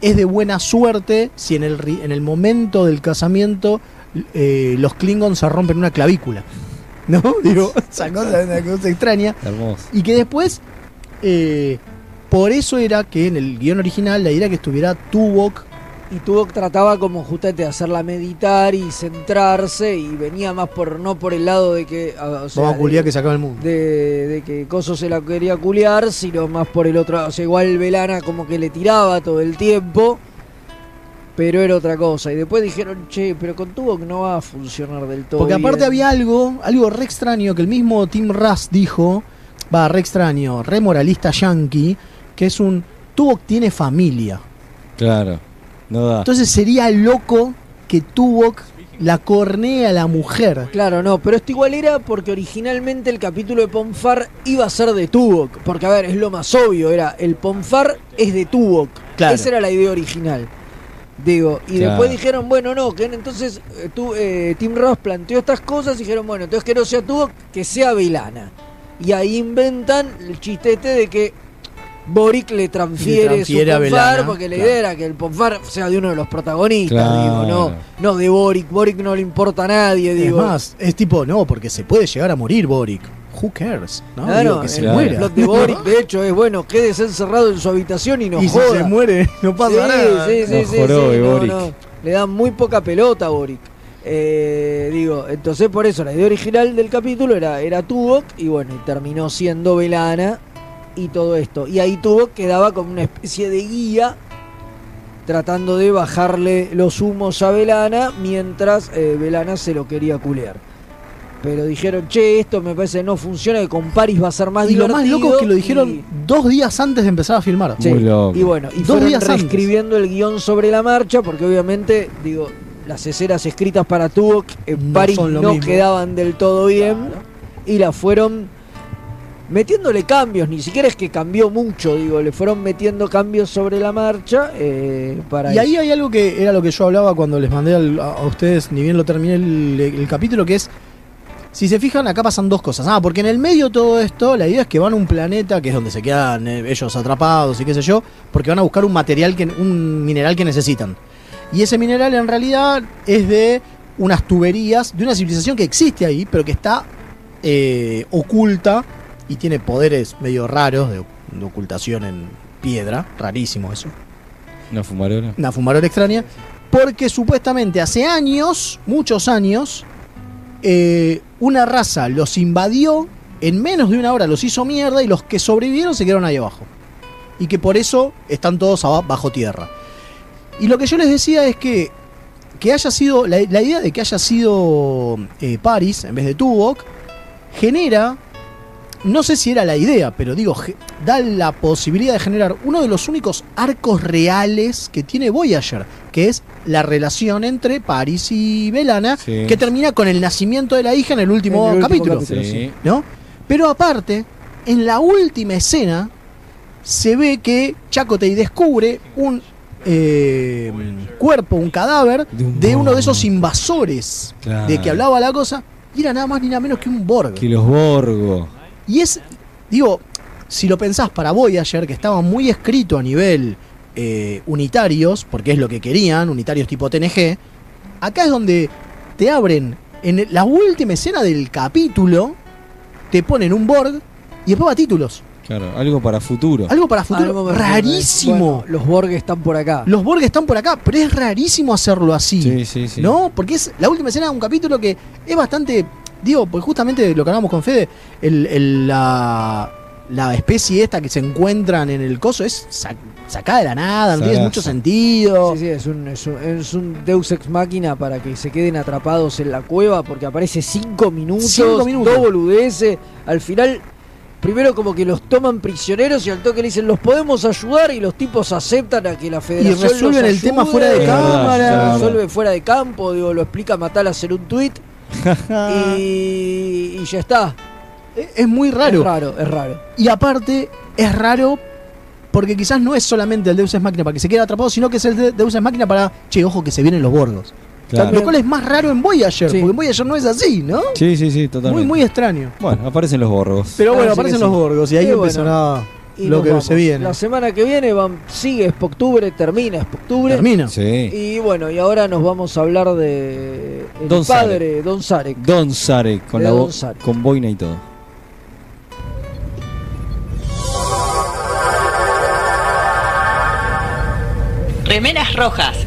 Speaker 3: es de buena suerte si en el, ri- en el momento del casamiento eh, los Klingons se rompen una clavícula. ¿No? Digo, esa cosa es una cosa extraña.
Speaker 2: Hermoso.
Speaker 3: Y que después, eh, por eso era que en el guión original la idea era que estuviera Tuvok.
Speaker 1: Y Tuvok trataba como justamente de hacerla meditar y centrarse y venía más por no por el lado de que ah, o sea,
Speaker 3: Vamos a culiar
Speaker 1: de,
Speaker 3: que se acaba el mundo.
Speaker 1: de- de que Coso se la quería culiar, sino más por el otro, o sea, igual Velana como que le tiraba todo el tiempo, pero era otra cosa y después dijeron, "Che, pero con Tuvok no va a funcionar del todo."
Speaker 3: Porque aparte
Speaker 1: bien".
Speaker 3: había algo, algo re extraño que el mismo Tim Russ dijo, va, re extraño, re moralista yankee, que es un Tuvok tiene familia.
Speaker 2: Claro, no da.
Speaker 3: Entonces sería loco que Tuvok la cornea a la mujer.
Speaker 1: Claro, no, pero esto igual era porque originalmente el capítulo de Ponfar iba a ser de Tuvok. Porque, a ver, es lo más obvio, era el Ponfar es de Tuvok.
Speaker 3: Claro.
Speaker 1: Esa era la idea original. Digo, y
Speaker 3: Claro.
Speaker 1: después dijeron, bueno, no, que entonces eh, tú, eh, Tim Ross planteó estas cosas y dijeron, bueno, entonces que no sea Tuvok, que sea Vilana. Y ahí inventan el chistete de que Boric le transfiere,
Speaker 3: transfiere a
Speaker 1: su Ponfar,
Speaker 3: Belana,
Speaker 1: porque la
Speaker 3: claro.
Speaker 1: idea era que el Ponfar sea de uno de los protagonistas,
Speaker 3: Claro.
Speaker 1: digo, no, no de Boric. Boric no le importa a nadie,
Speaker 3: Es
Speaker 1: digo.
Speaker 3: más, es tipo, no, porque se puede llegar a morir Boric. Who cares? ¿no?
Speaker 1: Claro,
Speaker 3: Digo, que se
Speaker 1: el
Speaker 3: muera.
Speaker 1: plot de Boric, de hecho, es bueno, quédese encerrado en su habitación y no
Speaker 3: y si
Speaker 1: joda.
Speaker 3: se muere, no pasa
Speaker 1: Sí,
Speaker 3: nada.
Speaker 1: sí, sí, sí, sí, no, no. Le dan muy poca pelota a Boric. Eh, digo, entonces por eso la idea original del capítulo era, era Tuvok y bueno, y terminó siendo Velana y todo esto. Y ahí Tuvok quedaba como una especie de guía tratando de bajarle los humos a Velana mientras eh, Velana se lo quería culear. Pero dijeron, che, esto me parece no funciona, que con Paris va a ser más
Speaker 3: Y lo más
Speaker 1: divertido
Speaker 3: loco es que lo
Speaker 1: y-
Speaker 3: dijeron dos días antes de empezar a filmar.
Speaker 1: Sí, Y bueno, y
Speaker 3: dos
Speaker 1: fueron
Speaker 3: días antes.
Speaker 1: reescribiendo el guión sobre la marcha, porque obviamente, digo, las escenas escritas para Tuvok en
Speaker 3: No
Speaker 1: París
Speaker 3: son lo
Speaker 1: no
Speaker 3: mismo.
Speaker 1: quedaban del todo bien. Y las fueron metiéndole cambios, ni siquiera es que cambió mucho, digo, le fueron metiendo cambios sobre la marcha eh, para
Speaker 3: Y ahí
Speaker 1: eso.
Speaker 3: hay algo que era lo que yo hablaba cuando les mandé al- a, a ustedes, ni bien lo terminé el, el capítulo, que es, si se fijan, acá pasan dos cosas. Ah, porque en el medio de todo esto, la idea es que van a un planeta, que es donde se quedan eh, ellos atrapados y qué sé yo, porque van a buscar un material, que, un mineral que necesitan. Y ese mineral en realidad es de unas tuberías, de una civilización que existe ahí, pero que está eh, oculta y tiene poderes medio raros de, de ocultación en piedra, rarísimo eso
Speaker 2: Una fumarola.
Speaker 3: una fumarola extraña, porque supuestamente hace años, muchos años, eh, una raza los invadió, en menos de una hora los hizo mierda y los que sobrevivieron se quedaron ahí abajo. Y que por eso están todos aba- bajo tierra. Y lo que yo les decía es que, que haya sido, la, la idea de que haya sido eh, París en vez de Tuvok, genera no sé si era la idea, pero digo, ge- da la posibilidad de generar uno de los únicos arcos reales que tiene Voyager, que es la relación entre Paris y Belana,
Speaker 2: Sí.
Speaker 3: que termina con el nacimiento de la hija en el último,
Speaker 1: En el último
Speaker 3: capítulo.
Speaker 1: capítulo, Sí. sí.
Speaker 3: ¿No? Pero aparte, en la última escena, se ve que Chakotay descubre un eh, cuerpo, un Ah. cadáver de uno de esos invasores
Speaker 2: Claro.
Speaker 3: de que hablaba la cosa, y era nada más ni nada menos que un Borg.
Speaker 2: Que los Borgo.
Speaker 3: Y es, digo, si lo pensás para Voyager, que estaba muy escrito a nivel eh, unitarios, porque es lo que querían, unitarios tipo TNG, acá es donde te abren, en el- la última escena del capítulo, te ponen un Borg y después va títulos.
Speaker 2: Claro, algo para futuro.
Speaker 3: Algo para futuro
Speaker 1: Algo para futuro. eh,
Speaker 3: rarísimo.
Speaker 1: Bueno, los Borg están por acá.
Speaker 3: Los Borg están por acá, pero es rarísimo hacerlo así.
Speaker 2: Sí, sí, sí.
Speaker 3: ¿No? Porque es la última escena de un capítulo que es bastante. Digo, pues justamente lo que hablamos con Fede, el- el- la, la especie esta que se encuentran en el coso es sa- sacada de la nada, no tiene
Speaker 1: Zaraza.
Speaker 3: mucho sentido.
Speaker 1: Sí, sí, es un, es, un, es un Deus Ex Máquina para que se queden atrapados en la cueva porque aparece cinco minutos,
Speaker 3: Cinco minutos.
Speaker 1: dos boludeces. Al final, primero como que los toman prisioneros y al toque le dicen, los podemos ayudar y los tipos aceptan a que la federación los
Speaker 3: resuelven el
Speaker 1: ayude.
Speaker 3: tema fuera de
Speaker 1: Es
Speaker 3: cámara.
Speaker 1: verdad,
Speaker 3: Es
Speaker 1: Lo
Speaker 3: verdad.
Speaker 1: resuelve fuera de campo, digo, lo explica Matal a hacer un tweet
Speaker 3: Ah.
Speaker 2: Ah,
Speaker 3: Eh,
Speaker 1: y, y ya está.
Speaker 3: E, Es, es muy raro.
Speaker 1: Es raro, es raro.
Speaker 3: Y aparte, es raro porque quizás no es solamente el Deus Ex Máquina para que se quede atrapado, sino que es el de- Deus Ex Máquina para, che, ojo que se vienen los borgos.
Speaker 2: Claro.
Speaker 3: Lo cual es más raro en Voyager, porque en Voyager no es así, ¿no?
Speaker 2: Sí, sí, sí, totalmente.
Speaker 3: Muy, muy extraño.
Speaker 2: Bueno, aparecen los Borgos.
Speaker 3: Pero bueno,
Speaker 1: Así que
Speaker 3: aparecen
Speaker 1: sí.
Speaker 3: los borgos y
Speaker 1: Y
Speaker 3: ahí
Speaker 1: bueno,
Speaker 3: empezará
Speaker 1: y
Speaker 3: lo
Speaker 1: nos
Speaker 3: que
Speaker 1: vamos.
Speaker 3: se viene.
Speaker 1: La semana que viene van, sigue Spoctubre, termina Spoctubre.
Speaker 3: Termina.
Speaker 2: Sí.
Speaker 1: Y bueno, y ahora nos vamos a hablar de el
Speaker 2: Don
Speaker 1: padre, Don Zarek.
Speaker 2: Don Zarek, con
Speaker 1: De
Speaker 2: la
Speaker 1: Don
Speaker 2: voz,
Speaker 1: Zarek.
Speaker 2: con boina y todo.
Speaker 14: Remeras rojas.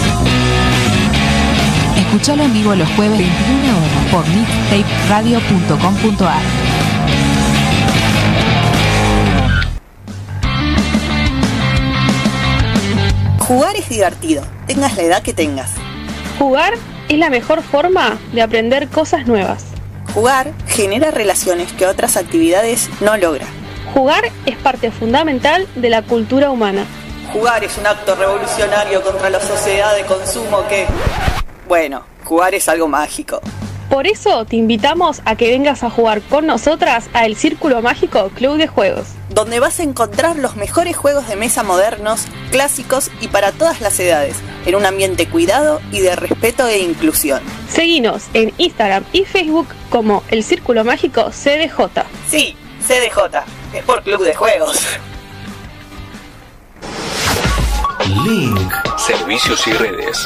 Speaker 16: Escuchalo en vivo los jueves 21 horas por mixtaperadio.com.ar.
Speaker 17: Jugar es divertido, tengas la edad que tengas.
Speaker 18: Jugar es la mejor forma de aprender cosas nuevas.
Speaker 17: Jugar genera relaciones que otras actividades no logran.
Speaker 18: Jugar es parte fundamental de la cultura humana.
Speaker 17: Jugar es un acto revolucionario contra la sociedad de consumo que... Bueno, jugar es algo mágico.
Speaker 18: Por eso te invitamos a que vengas a jugar con nosotras a El Círculo Mágico Club de Juegos.
Speaker 17: donde vas a encontrar los mejores juegos de mesa modernos, clásicos y para todas las edades, en un ambiente cuidado y de respeto e inclusión.
Speaker 18: Seguinos en Instagram y Facebook como El Círculo Mágico CDJ.
Speaker 17: Sí, CDJ, es por Club de Juegos.
Speaker 19: Link. Servicios y redes.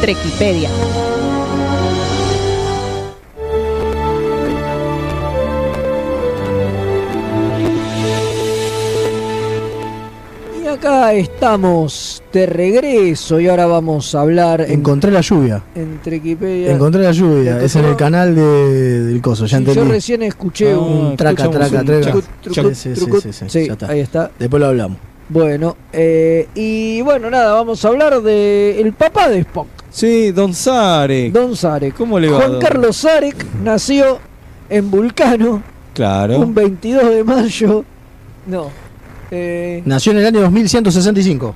Speaker 4: Trequipedia.
Speaker 1: Y acá estamos de regreso y ahora vamos a hablar en,
Speaker 3: Encontré la lluvia.
Speaker 1: en Trequipedia.
Speaker 3: Encontré la lluvia.
Speaker 1: Encontré-
Speaker 3: Es en el canal de- del coso,
Speaker 1: Sí,
Speaker 3: ya entendí.
Speaker 1: Yo recién escuché
Speaker 3: Ah,
Speaker 1: un
Speaker 3: traca,
Speaker 1: escuchamos
Speaker 3: traca,
Speaker 1: un
Speaker 3: traca.
Speaker 1: trucut, trucut,
Speaker 3: Sí, sí, sí,
Speaker 1: trucut.
Speaker 3: sí, sí,
Speaker 1: Sí,
Speaker 3: ya está.
Speaker 1: ahí está.
Speaker 3: Después lo hablamos.
Speaker 1: Bueno, eh, y bueno, nada, vamos a hablar de el papá de Spock,
Speaker 2: Sí, Don Zarek.
Speaker 1: Don Zarek.
Speaker 2: ¿Cómo le va?
Speaker 1: Juan
Speaker 2: don?
Speaker 1: Carlos Zarek nació en Vulcano
Speaker 2: Claro.
Speaker 1: un 22 de mayo. No, eh,
Speaker 3: Nació en el año 2165.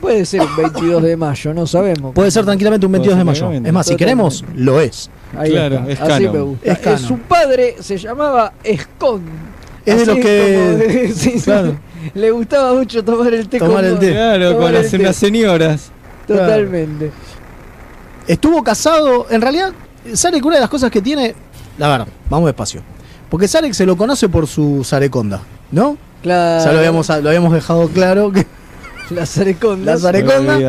Speaker 1: puede ser un 22 de mayo, no sabemos.
Speaker 3: Puede ser tranquilamente un 22 de mayo.
Speaker 1: Totalmente.
Speaker 3: Es más, si queremos, lo es.
Speaker 1: Ahí está, así me gusta.
Speaker 3: Es
Speaker 1: Eh,
Speaker 3: canon.
Speaker 1: su padre se llamaba Escon.
Speaker 3: Es de
Speaker 1: Así
Speaker 3: los que-
Speaker 1: como de- sí, sí.
Speaker 3: Claro.
Speaker 1: Le gustaba mucho tomar el té
Speaker 3: Tomar
Speaker 1: con
Speaker 3: el té.
Speaker 2: Claro,
Speaker 1: tomar
Speaker 2: con
Speaker 1: el
Speaker 2: las,
Speaker 1: té.
Speaker 2: unas señoras.
Speaker 1: Totalmente.
Speaker 3: Estuvo casado, en realidad, Sarek una de las cosas que tiene, la verdad, vamos despacio. Porque Sarek se lo conoce por su Sareconda, ¿no?
Speaker 1: Claro.
Speaker 3: Ya lo habíamos, lo habíamos dejado claro que
Speaker 1: Las arecondas.
Speaker 3: Las arecondas.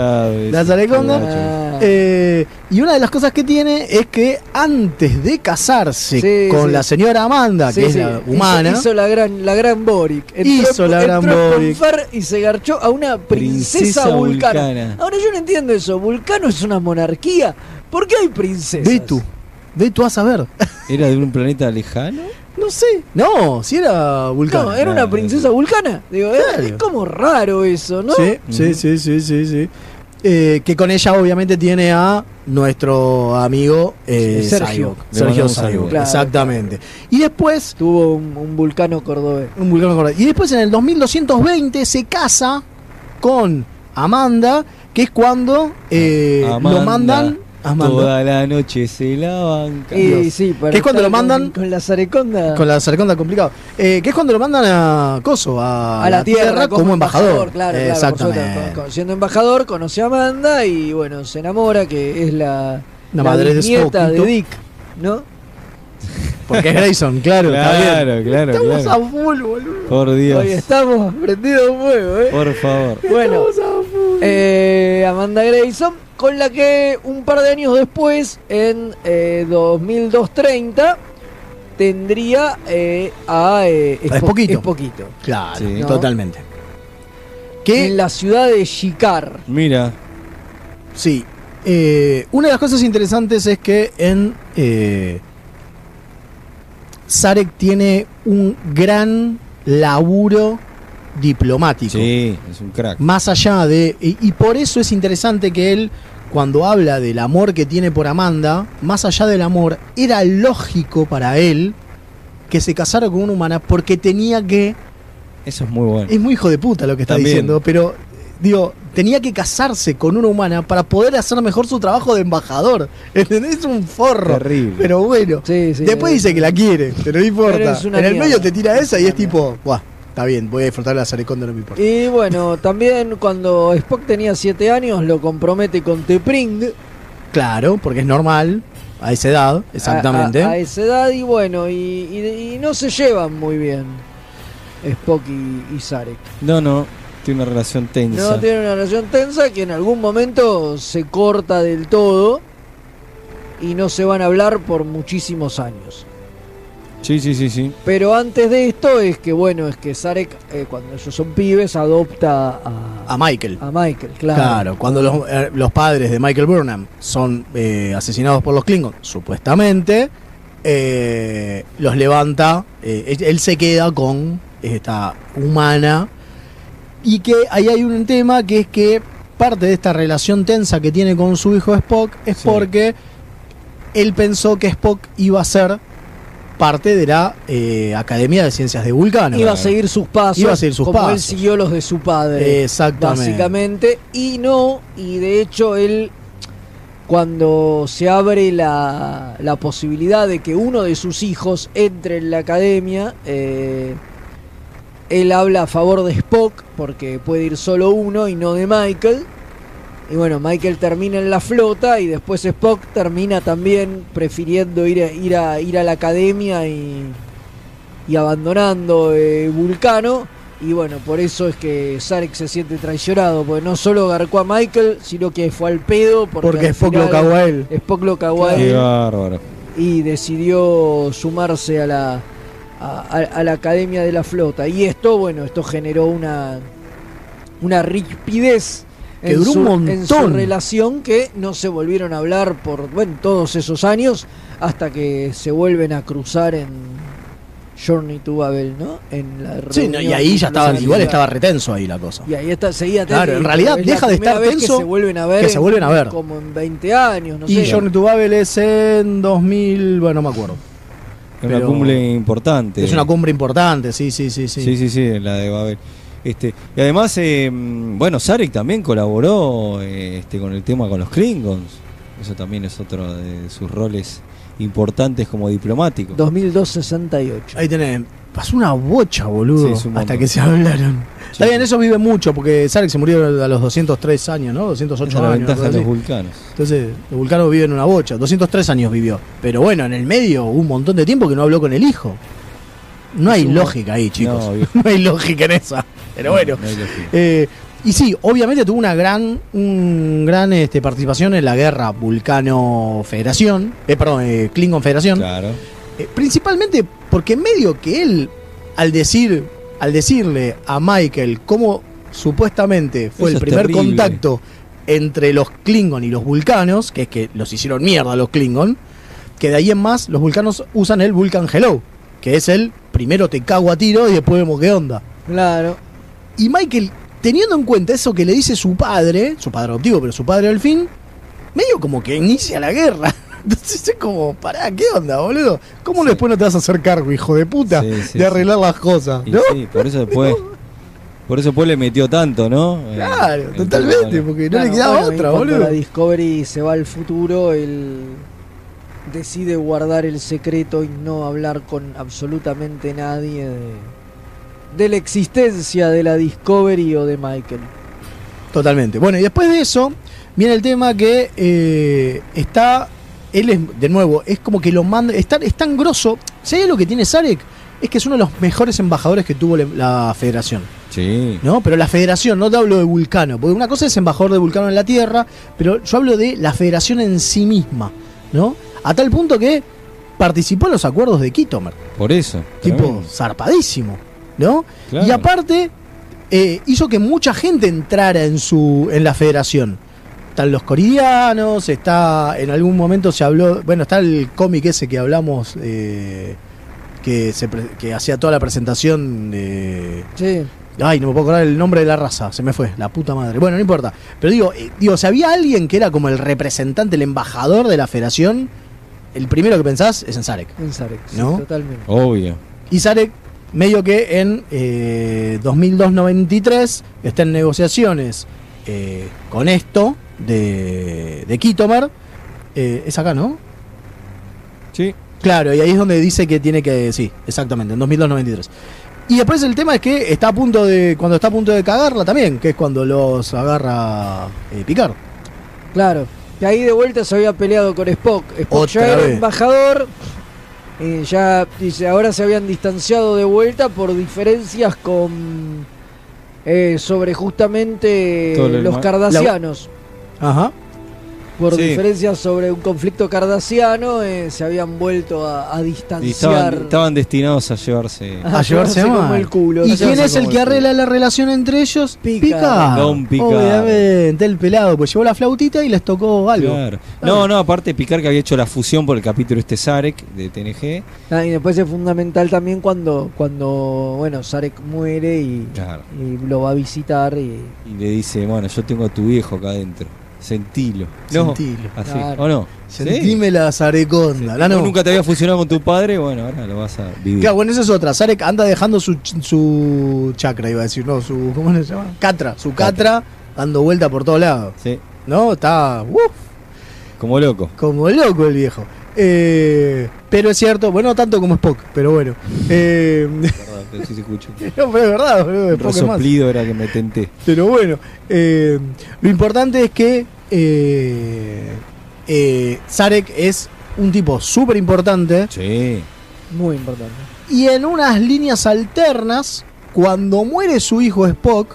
Speaker 3: la Sareconda.
Speaker 1: Ah.
Speaker 3: eh, y una de las cosas que tiene es que antes de casarse
Speaker 1: Sí,
Speaker 3: con
Speaker 1: sí.
Speaker 3: la señora Amanda,
Speaker 1: Sí,
Speaker 3: que es
Speaker 1: sí,
Speaker 3: la
Speaker 1: hizo-
Speaker 3: humana,
Speaker 1: Hizo, la gran la gran Boric.
Speaker 3: Hizo la gran
Speaker 1: entró en
Speaker 3: Boric.
Speaker 1: Ponfar y se garchó a una princesa,
Speaker 2: Princesa
Speaker 1: vulcana.
Speaker 2: vulcana.
Speaker 1: Ahora yo no entiendo eso. Vulcano es una monarquía. ¿Por qué hay princesas?
Speaker 3: ve tú, ve tú a saber.
Speaker 2: ¿Era de un planeta lejano?
Speaker 3: No sé. No, si era vulcano.
Speaker 1: No, eh, era una princesa vulcana. Digo, eh, es
Speaker 3: Claro.
Speaker 1: como raro eso, ¿no?
Speaker 3: Sí, sí, sí, sí, sí, sí. Eh, que con ella obviamente tiene a nuestro amigo eh,
Speaker 1: Sergio.
Speaker 3: Sergio.
Speaker 1: Le
Speaker 3: Sergio
Speaker 1: mandamos
Speaker 3: Cyborg,
Speaker 1: saludos. Claro.
Speaker 3: exactamente. Y después...
Speaker 1: Tuvo un, vulcano cordobés.
Speaker 3: Un vulcano cordobés. Y después en el 2220 se casa con Amanda, que es cuando eh,
Speaker 2: Amanda,
Speaker 3: lo mandan... Amanda.
Speaker 2: Toda la noche se la banca.
Speaker 1: Y sí, para
Speaker 3: Que es cuando
Speaker 1: estar
Speaker 3: lo mandan-
Speaker 1: con, con las arecondas.
Speaker 3: Con la Sarconda complicado. Eh, que es cuando lo mandan a Coso, a,
Speaker 1: a la tierra, como, embajador. Claro, claro, por
Speaker 3: Exactamente.
Speaker 1: supuesto, con- con- siendo embajador, conoce a Amanda y bueno, se enamora, que es la,
Speaker 3: La madre de
Speaker 1: nieta de
Speaker 3: Spock.
Speaker 1: Dick, ¿no?
Speaker 3: Porque es Grayson, claro. está bien.
Speaker 2: Claro, claro,
Speaker 1: Estamos
Speaker 2: claro.
Speaker 1: a full, boludo.
Speaker 2: Por Dios.
Speaker 1: Hoy estamos prendidos a fuego, ¿eh?
Speaker 2: Por favor.
Speaker 1: Bueno, eh, Amanda Grayson, con la que un par de años después, en eh, 2230, tendría eh, a eh,
Speaker 3: A Spockito.
Speaker 1: Spockito,
Speaker 3: Claro,
Speaker 2: Sí. ¿No?
Speaker 3: totalmente. Que
Speaker 1: en la ciudad de Shikar.
Speaker 2: Mira,
Speaker 3: Sí. Eh, una de las cosas interesantes es que en. Eh, Sarek tiene un gran laburo diplomático.
Speaker 2: sí, es un crack.
Speaker 3: Más allá de. Y, y por eso es interesante que él, cuando habla del amor que tiene por Amanda, más allá del amor, era lógico para él que se casara con una humana porque tenía que.
Speaker 2: Eso es muy bueno.
Speaker 3: Es muy hijo de puta lo que está
Speaker 2: También.
Speaker 3: diciendo, pero digo, tenía que casarse con una humana para poder hacer mejor su trabajo de embajador. ¿Entendés? Es un forro.
Speaker 2: Terrible.
Speaker 3: Pero bueno.
Speaker 1: Sí, sí,
Speaker 3: Después
Speaker 1: eh,
Speaker 3: dice que la quiere, pero no importa.
Speaker 1: Pero es una
Speaker 3: en el
Speaker 1: mierda.
Speaker 3: medio te tira
Speaker 1: Es
Speaker 3: esa y
Speaker 1: una
Speaker 3: es tipo, "Buah, está bien, voy a disfrutar la sareconda, no me importa.
Speaker 1: Y bueno, también cuando Spock tenía 7 años lo compromete con T'Pring
Speaker 3: Claro, porque es normal, a esa edad, exactamente.
Speaker 1: A, a esa edad y bueno, y, y- y no se llevan muy bien Spock y, y Sarek.
Speaker 2: No, no, tiene una relación tensa.
Speaker 1: No tienen una relación tensa que en algún momento se corta del todo y no se van a hablar por muchísimos años.
Speaker 2: Sí, sí, sí, sí.
Speaker 1: Pero antes de esto es que bueno, es que Sarek eh, cuando ellos son pibes adopta a,
Speaker 3: A Michael.
Speaker 1: a Michael, claro.
Speaker 3: Claro, cuando los, eh, los padres de Michael Burnham son eh, asesinados por los Klingons, supuestamente, eh, los levanta, eh, él- él se queda con esta humana. Y que ahí hay un tema que es que parte de esta relación tensa que tiene con su hijo Spock es porque él pensó que Spock iba a ser parte de la eh, Academia de Ciencias de Vulcano.
Speaker 1: Iba a seguir eh, sus pasos.
Speaker 3: Iba a seguir sus
Speaker 1: como él
Speaker 3: pasos.
Speaker 1: siguió los de su padre.
Speaker 3: Exactamente.
Speaker 1: Básicamente. Y no, y de hecho él cuando se abre la, la posibilidad de que uno de sus hijos entre en la academia. eh, él habla a favor de Spock porque puede ir solo uno y no de Michael. Y bueno, Michael termina en la flota y después Spock termina también prefiriendo ir a, ir a, ir a la academia y, y abandonando eh, Vulcano. Y bueno, por eso es que Sarek se siente traicionado, porque no solo garcó a Michael, sino que fue al pedo. Porque,
Speaker 3: Porque
Speaker 1: al
Speaker 3: Spock lo
Speaker 1: final
Speaker 3: cagó a él.
Speaker 1: Spock lo cagó a
Speaker 2: Qué
Speaker 1: él
Speaker 2: bárbaro.
Speaker 1: y decidió sumarse a la, a, a- a la Academia de la Flota. Y esto, bueno, esto generó una, una rigidez
Speaker 3: Que duró
Speaker 1: su,
Speaker 3: un
Speaker 1: en su
Speaker 3: montón.
Speaker 1: relación que no se volvieron a hablar por bueno, todos esos años hasta que se vuelven a cruzar en Journey to Babel, ¿no? En la
Speaker 3: Sí, no, y
Speaker 1: reunión
Speaker 3: ahí ya estaba,
Speaker 1: diplomática.
Speaker 3: igual estaba retenso ahí la cosa.
Speaker 1: Y ahí está, seguía tenso.
Speaker 3: Claro, en
Speaker 1: Y
Speaker 3: realidad
Speaker 1: es la
Speaker 3: deja de
Speaker 1: primera
Speaker 3: estar
Speaker 1: vez que
Speaker 3: tenso,
Speaker 1: se vuelven a ver.
Speaker 3: que se
Speaker 1: en-
Speaker 3: vuelven a ver.
Speaker 1: Como en 20 años, no
Speaker 3: y
Speaker 1: sé.
Speaker 3: Journey to Babel es en 2000, bueno, no me acuerdo.
Speaker 2: Es una
Speaker 3: Pero-
Speaker 2: cumbre importante.
Speaker 3: Es una cumbre importante, sí, sí, sí, sí.
Speaker 2: Sí, sí, sí, la de Babel. Este, y además, eh, bueno, Sarek también colaboró eh, este, con el tema con los Klingons. Eso también es otro de sus roles importantes como diplomático.
Speaker 1: 2268.
Speaker 3: Ahí tenés. Pasó una bocha, boludo.
Speaker 2: Sí, es un
Speaker 3: hasta
Speaker 2: montón.
Speaker 3: que se hablaron. Está bien, eso vive mucho, porque Sarek se murió a los 203 años, ¿no?
Speaker 2: Es
Speaker 3: 208
Speaker 2: la
Speaker 3: años.
Speaker 2: ventaja
Speaker 3: algo
Speaker 2: de los
Speaker 3: así.
Speaker 2: vulcanos.
Speaker 3: Entonces, los vulcanos viven una bocha. 203 años vivió. Pero bueno, en el medio hubo un montón de tiempo que no habló con el hijo. No hay
Speaker 2: un-
Speaker 3: lógica ahí, chicos.
Speaker 2: No,
Speaker 3: No,
Speaker 2: viejo.
Speaker 3: hay lógica en esa. Pero
Speaker 2: No,
Speaker 3: bueno.
Speaker 2: no hay lógica.
Speaker 3: Eh, y sí, obviamente tuvo una gran, un gran este, participación en la guerra Vulcano Federación. Eh, perdón, eh, Klingon Federación.
Speaker 2: Claro.
Speaker 3: Eh, principalmente porque medio que él, al decir, al decirle a Michael cómo supuestamente
Speaker 2: Eso
Speaker 3: fue el
Speaker 2: es
Speaker 3: primer
Speaker 2: terrible.
Speaker 3: contacto entre los Klingon y los vulcanos, que es que los hicieron mierda los Klingon, que de ahí en más los vulcanos usan el Vulcan Hello, que es el primero te cago a tiro y después vemos qué onda.
Speaker 1: Claro.
Speaker 3: Y Michael, teniendo en cuenta eso que le dice su padre, su padre adoptivo, pero su padre al fin, medio como que inicia la guerra. Entonces es como, pará, ¿qué onda, boludo? ¿Cómo después no te vas a hacer cargo, hijo de puta,
Speaker 2: Sí, sí,
Speaker 3: de arreglar las cosas?
Speaker 2: Y
Speaker 3: ¿No?
Speaker 2: sí, por eso después. Por eso después le metió tanto, ¿no? Eh,
Speaker 3: Claro,
Speaker 2: el
Speaker 3: totalmente,
Speaker 2: tema,
Speaker 3: porque no le
Speaker 1: Claro,
Speaker 3: quedaba
Speaker 1: bueno, y
Speaker 3: otra,
Speaker 1: cuando
Speaker 3: boludo.
Speaker 1: La Discovery se va al futuro, él decide guardar el secreto y no hablar con absolutamente nadie de, de la existencia de la Discovery o de Michael.
Speaker 3: Totalmente. Bueno, y después de eso, viene el tema que eh, está. Él es, de nuevo, es como que lo manda. Es tan, es tan grosso. ¿Sabes lo que tiene Sarek? Es que es uno de los mejores embajadores que tuvo la- la federación.
Speaker 2: Sí.
Speaker 3: ¿no? Pero la federación, no te hablo de Vulcano, porque una cosa es embajador de Vulcano en la Tierra, pero yo hablo de la federación en sí misma, ¿no? A tal punto que participó en los acuerdos de Kitomer,
Speaker 2: Por eso.
Speaker 3: tipo
Speaker 2: tremendo.
Speaker 3: zarpadísimo, ¿no?
Speaker 2: Claro.
Speaker 3: Y aparte, eh, hizo que mucha gente entrara en, su, en la federación. Están los coridianos, está, en algún momento se habló, bueno, está el cómic ese que hablamos, eh, que, se pre- que hacía toda la presentación de...
Speaker 1: Sí.
Speaker 3: Ay, no me puedo acordar el nombre de la raza, se me fue, la puta madre. Bueno, no importa. Pero digo, eh, digo, si había alguien que era como el representante, el embajador de la federación, el primero que pensás es en Sarek.
Speaker 1: En Sarek, sí,
Speaker 3: ¿No?
Speaker 1: totalmente.
Speaker 2: Obvio.
Speaker 3: Y Sarek, medio que en eh, 2002-93, está en negociaciones eh, con esto de, de Kitomer. Eh, es acá, ¿no?
Speaker 2: Sí.
Speaker 3: Claro, y ahí es donde dice que tiene que. Sí, exactamente, en 2002-93. Y después el tema es que está a punto de. Cuando está a punto de cagarla también, que es cuando los agarra eh, Picard.
Speaker 1: Claro. Y ahí de vuelta se había peleado con Spock. Spock ya
Speaker 3: Otra
Speaker 1: era
Speaker 3: vez.
Speaker 1: embajador. eh, ya dice, ahora se habían distanciado de vuelta por diferencias con eh, sobre justamente
Speaker 2: Todo el
Speaker 1: los
Speaker 2: ma-
Speaker 1: cardasianos.
Speaker 3: Ajá.
Speaker 1: por
Speaker 2: Sí.
Speaker 1: diferencias sobre un conflicto cardasiano, eh, se habían vuelto a, a
Speaker 2: Y
Speaker 1: distanciar.
Speaker 2: estaban, estaban destinados a llevarse.
Speaker 3: A llevarse
Speaker 1: como
Speaker 3: mal.
Speaker 1: el culo.
Speaker 3: ¿Y
Speaker 1: A
Speaker 3: quién
Speaker 1: llevarse
Speaker 3: es el
Speaker 2: como este.
Speaker 3: que
Speaker 2: el culo.
Speaker 3: arregla la relación entre ellos? Picard.
Speaker 2: Don Picard.
Speaker 3: Obviamente, el pelado, pues llevó la flautita y les tocó algo.
Speaker 2: Claro. No, no, aparte Picar que había hecho la fusión por el capítulo este Zarek de TNG.
Speaker 1: Ah, y después es fundamental también cuando, cuando bueno, Sarek muere y,
Speaker 2: Claro.
Speaker 1: y lo va a visitar y
Speaker 2: Y le dice, bueno, yo tengo a tu viejo acá adentro. Sentilo.
Speaker 3: Sentilo.
Speaker 2: Así.
Speaker 1: Claro.
Speaker 2: ¿O no? Ah, ¿Sí?
Speaker 3: Sentime la zareconda. La
Speaker 2: Vos
Speaker 3: no.
Speaker 2: nunca te había fusionado con tu padre, bueno, ahora lo vas a vivir.
Speaker 3: Claro, bueno, esa es otra. Sarek anda dejando su, ch- su chakra, iba a decir, no, su. ¿Cómo se llama? Catra, su catra, dando vuelta por todos lados.
Speaker 2: Sí.
Speaker 3: ¿No? Está. ¡uf!
Speaker 2: Como loco.
Speaker 3: Como loco el viejo. Eh, pero es cierto, bueno, tanto como Spock, pero bueno. Eh,
Speaker 2: Perdón, pero sí se escucha.
Speaker 3: no, pero es verdad, boludo,
Speaker 2: Un
Speaker 3: Spock es más.
Speaker 2: resoplido era que me tenté.
Speaker 3: Pero bueno, eh, lo importante es que eh, eh, Zarek es un tipo súper importante.
Speaker 2: Sí.
Speaker 1: Muy importante.
Speaker 3: Y en unas líneas alternas, cuando muere su hijo Spock,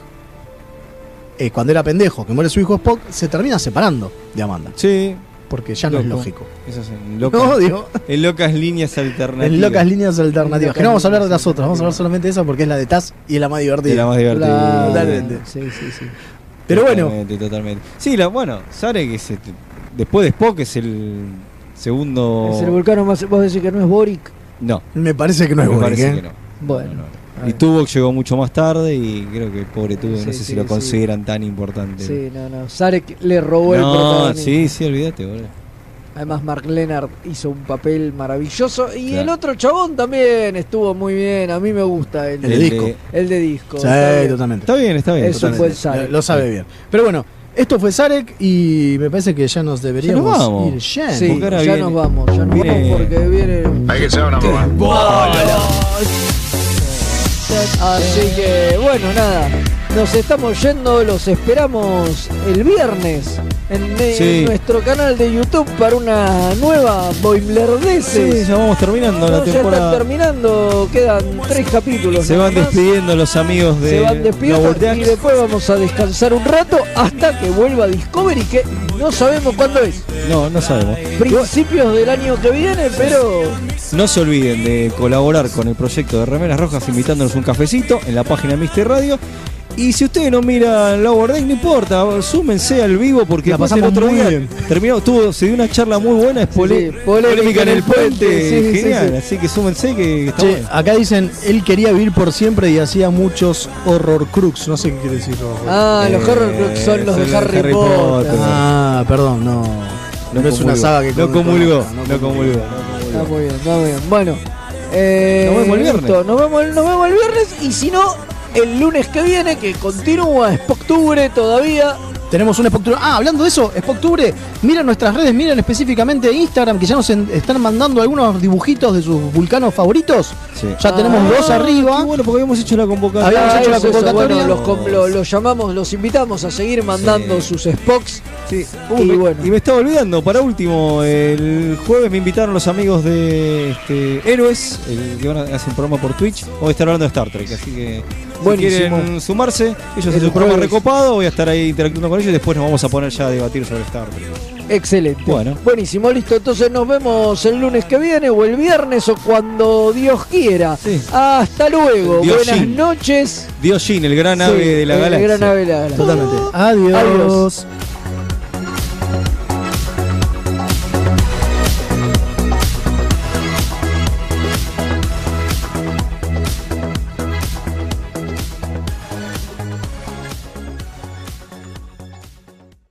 Speaker 3: eh, cuando era pendejo, que muere su hijo Spock, se termina separando de Amanda.
Speaker 2: Sí.
Speaker 3: Porque ya no es
Speaker 2: Loco.
Speaker 3: lógico.
Speaker 2: Eso es en locas,
Speaker 3: No, digo.
Speaker 2: en locas líneas alternativas.
Speaker 3: En locas líneas alternativas. Que no vamos a hablar de las otras, vamos a hablar
Speaker 2: alternativas.
Speaker 3: solamente de esa porque es la de Taz y es la más divertida.
Speaker 2: Es la más divertida.
Speaker 3: Claro, Totalmente.
Speaker 1: Sí, sí, sí.
Speaker 3: Pero bueno.
Speaker 2: Totalmente, totalmente. Sí, la, bueno, Sarek es este- después de Spock es el segundo.
Speaker 1: Es el volcán más. Vos decís que no es Boric.
Speaker 2: No.
Speaker 3: Me parece que no es
Speaker 2: Me
Speaker 3: Boric,
Speaker 2: parece
Speaker 3: ¿eh?
Speaker 2: que no.
Speaker 1: Bueno.
Speaker 2: Y Tuvok llegó mucho más tarde y creo que el pobre Tuvok,
Speaker 1: Sí,
Speaker 2: no sé
Speaker 1: sí,
Speaker 2: si lo
Speaker 1: sí.
Speaker 2: consideran tan importante.
Speaker 1: Sí, no, no. Zarek le robó el
Speaker 2: No,
Speaker 1: protagonismo.
Speaker 2: sí, sí, olvídate, boludo.
Speaker 1: Además, Mark Leonard hizo un papel maravilloso. Y
Speaker 2: Claro.
Speaker 1: el otro chabón también estuvo muy bien. A mí me gusta el,
Speaker 3: El de disco.
Speaker 1: El de disco.
Speaker 3: Sí,
Speaker 1: está bien.
Speaker 3: totalmente.
Speaker 2: Está bien, está bien.
Speaker 1: Eso
Speaker 2: totalmente.
Speaker 1: fue el Zarek.
Speaker 3: Lo, lo sabe bien. Pero bueno, esto fue Zarek y me parece que ya nos deberíamos
Speaker 2: vamos.
Speaker 3: ir yendo.
Speaker 1: Sí,
Speaker 2: Porque ahora
Speaker 1: ya
Speaker 2: viene-
Speaker 1: nos vamos. Ya nos
Speaker 2: viene-
Speaker 1: vamos porque viene.
Speaker 2: Hay que ser una boba.
Speaker 1: Así que, bueno, nada. Nos estamos yendo. Los esperamos el viernes en, eh,
Speaker 2: Sí.
Speaker 1: nuestro canal de YouTube para una nueva
Speaker 2: Sí,
Speaker 1: Boimlerdeces.
Speaker 2: ya vamos terminando
Speaker 1: No, ya
Speaker 2: la
Speaker 1: están
Speaker 2: temporada.
Speaker 1: terminando, quedan tres capítulos.
Speaker 2: Se
Speaker 1: nada
Speaker 2: van
Speaker 1: más.
Speaker 2: despidiendo los amigos de
Speaker 1: Se van despidiendo
Speaker 2: Lower Decks.
Speaker 1: y después vamos a descansar un rato hasta que vuelva Discovery, que no sabemos cuándo es.
Speaker 2: No, no sabemos.
Speaker 1: Principios del año que viene, pero
Speaker 2: No se olviden de colaborar con el proyecto de Remeras Rojas invitándonos un cafecito en la página Mister Radio. Y si ustedes no miran Lower Deck, no importa, súmense al vivo porque
Speaker 3: La
Speaker 2: después el
Speaker 3: pasamos
Speaker 2: otro
Speaker 3: muy
Speaker 2: día
Speaker 3: bien.
Speaker 2: terminó, tuvo, se dio una charla muy buena, es pole-
Speaker 1: sí,
Speaker 2: polémica, en el puente,
Speaker 1: sí, sí,
Speaker 2: genial,
Speaker 1: sí.
Speaker 2: así que súmense que está
Speaker 3: Che,
Speaker 2: bueno.
Speaker 3: acá dicen, él quería vivir por siempre y hacía muchos horror crux. No sé qué quiere decir horror crux.
Speaker 1: Ah, los
Speaker 2: Eh,
Speaker 1: horror crux son los de Harry, Potter.
Speaker 3: Ah, perdón, no. No, es una
Speaker 2: comulgó,
Speaker 3: saga que
Speaker 2: no comulgó, no comulgó.
Speaker 1: Está muy bien, está muy bien. Bueno, eh,
Speaker 2: Nos vemos el viernes.
Speaker 1: listo, nos, vemos, nos vemos el viernes y si no, el lunes que viene, que continúa, es octubre todavía.
Speaker 3: Tenemos un Spoctubre. Ah, hablando de eso, Spoctubre, miren nuestras redes, miren específicamente Instagram, que ya nos en- están mandando algunos dibujitos de sus vulcanos favoritos.
Speaker 2: Sí.
Speaker 3: Ya tenemos dos arriba.
Speaker 2: Ah, qué bueno, porque habíamos hecho la convocatoria.
Speaker 3: Habíamos
Speaker 1: Ah,
Speaker 3: hecho la
Speaker 1: eso, eso,
Speaker 3: convocatoria.
Speaker 1: bueno, los, com- lo- los llamamos, los invitamos a seguir mandando
Speaker 2: Sí.
Speaker 1: sus Spox.
Speaker 2: Sí.
Speaker 1: Y
Speaker 2: Uh, me-
Speaker 1: bueno.
Speaker 2: y me estaba olvidando, para último, el jueves me invitaron los amigos de este, Héroes, el que van a hacer un programa por Twitch. Voy a estar hablando de Star Trek, así que si
Speaker 1: Buenísimo.
Speaker 2: quieren sumarse, ellos
Speaker 1: El
Speaker 2: hacen un programa
Speaker 1: jueves.
Speaker 2: recopado, voy a estar ahí interactuando con ellos y después nos vamos a poner ya a debatir sobre Star Trek.
Speaker 1: Excelente.
Speaker 2: Bueno.
Speaker 1: Buenísimo, listo. Entonces nos vemos el lunes que viene o el viernes o cuando Dios quiera.
Speaker 2: Sí.
Speaker 1: Hasta luego.
Speaker 2: Diosín.
Speaker 1: Buenas noches.
Speaker 2: Dios Jin, el gran
Speaker 1: Sí,
Speaker 2: ave de la
Speaker 1: el
Speaker 2: galaxia.
Speaker 1: gran ave de la galaxia.
Speaker 3: Totalmente. Adiós.
Speaker 1: Adiós.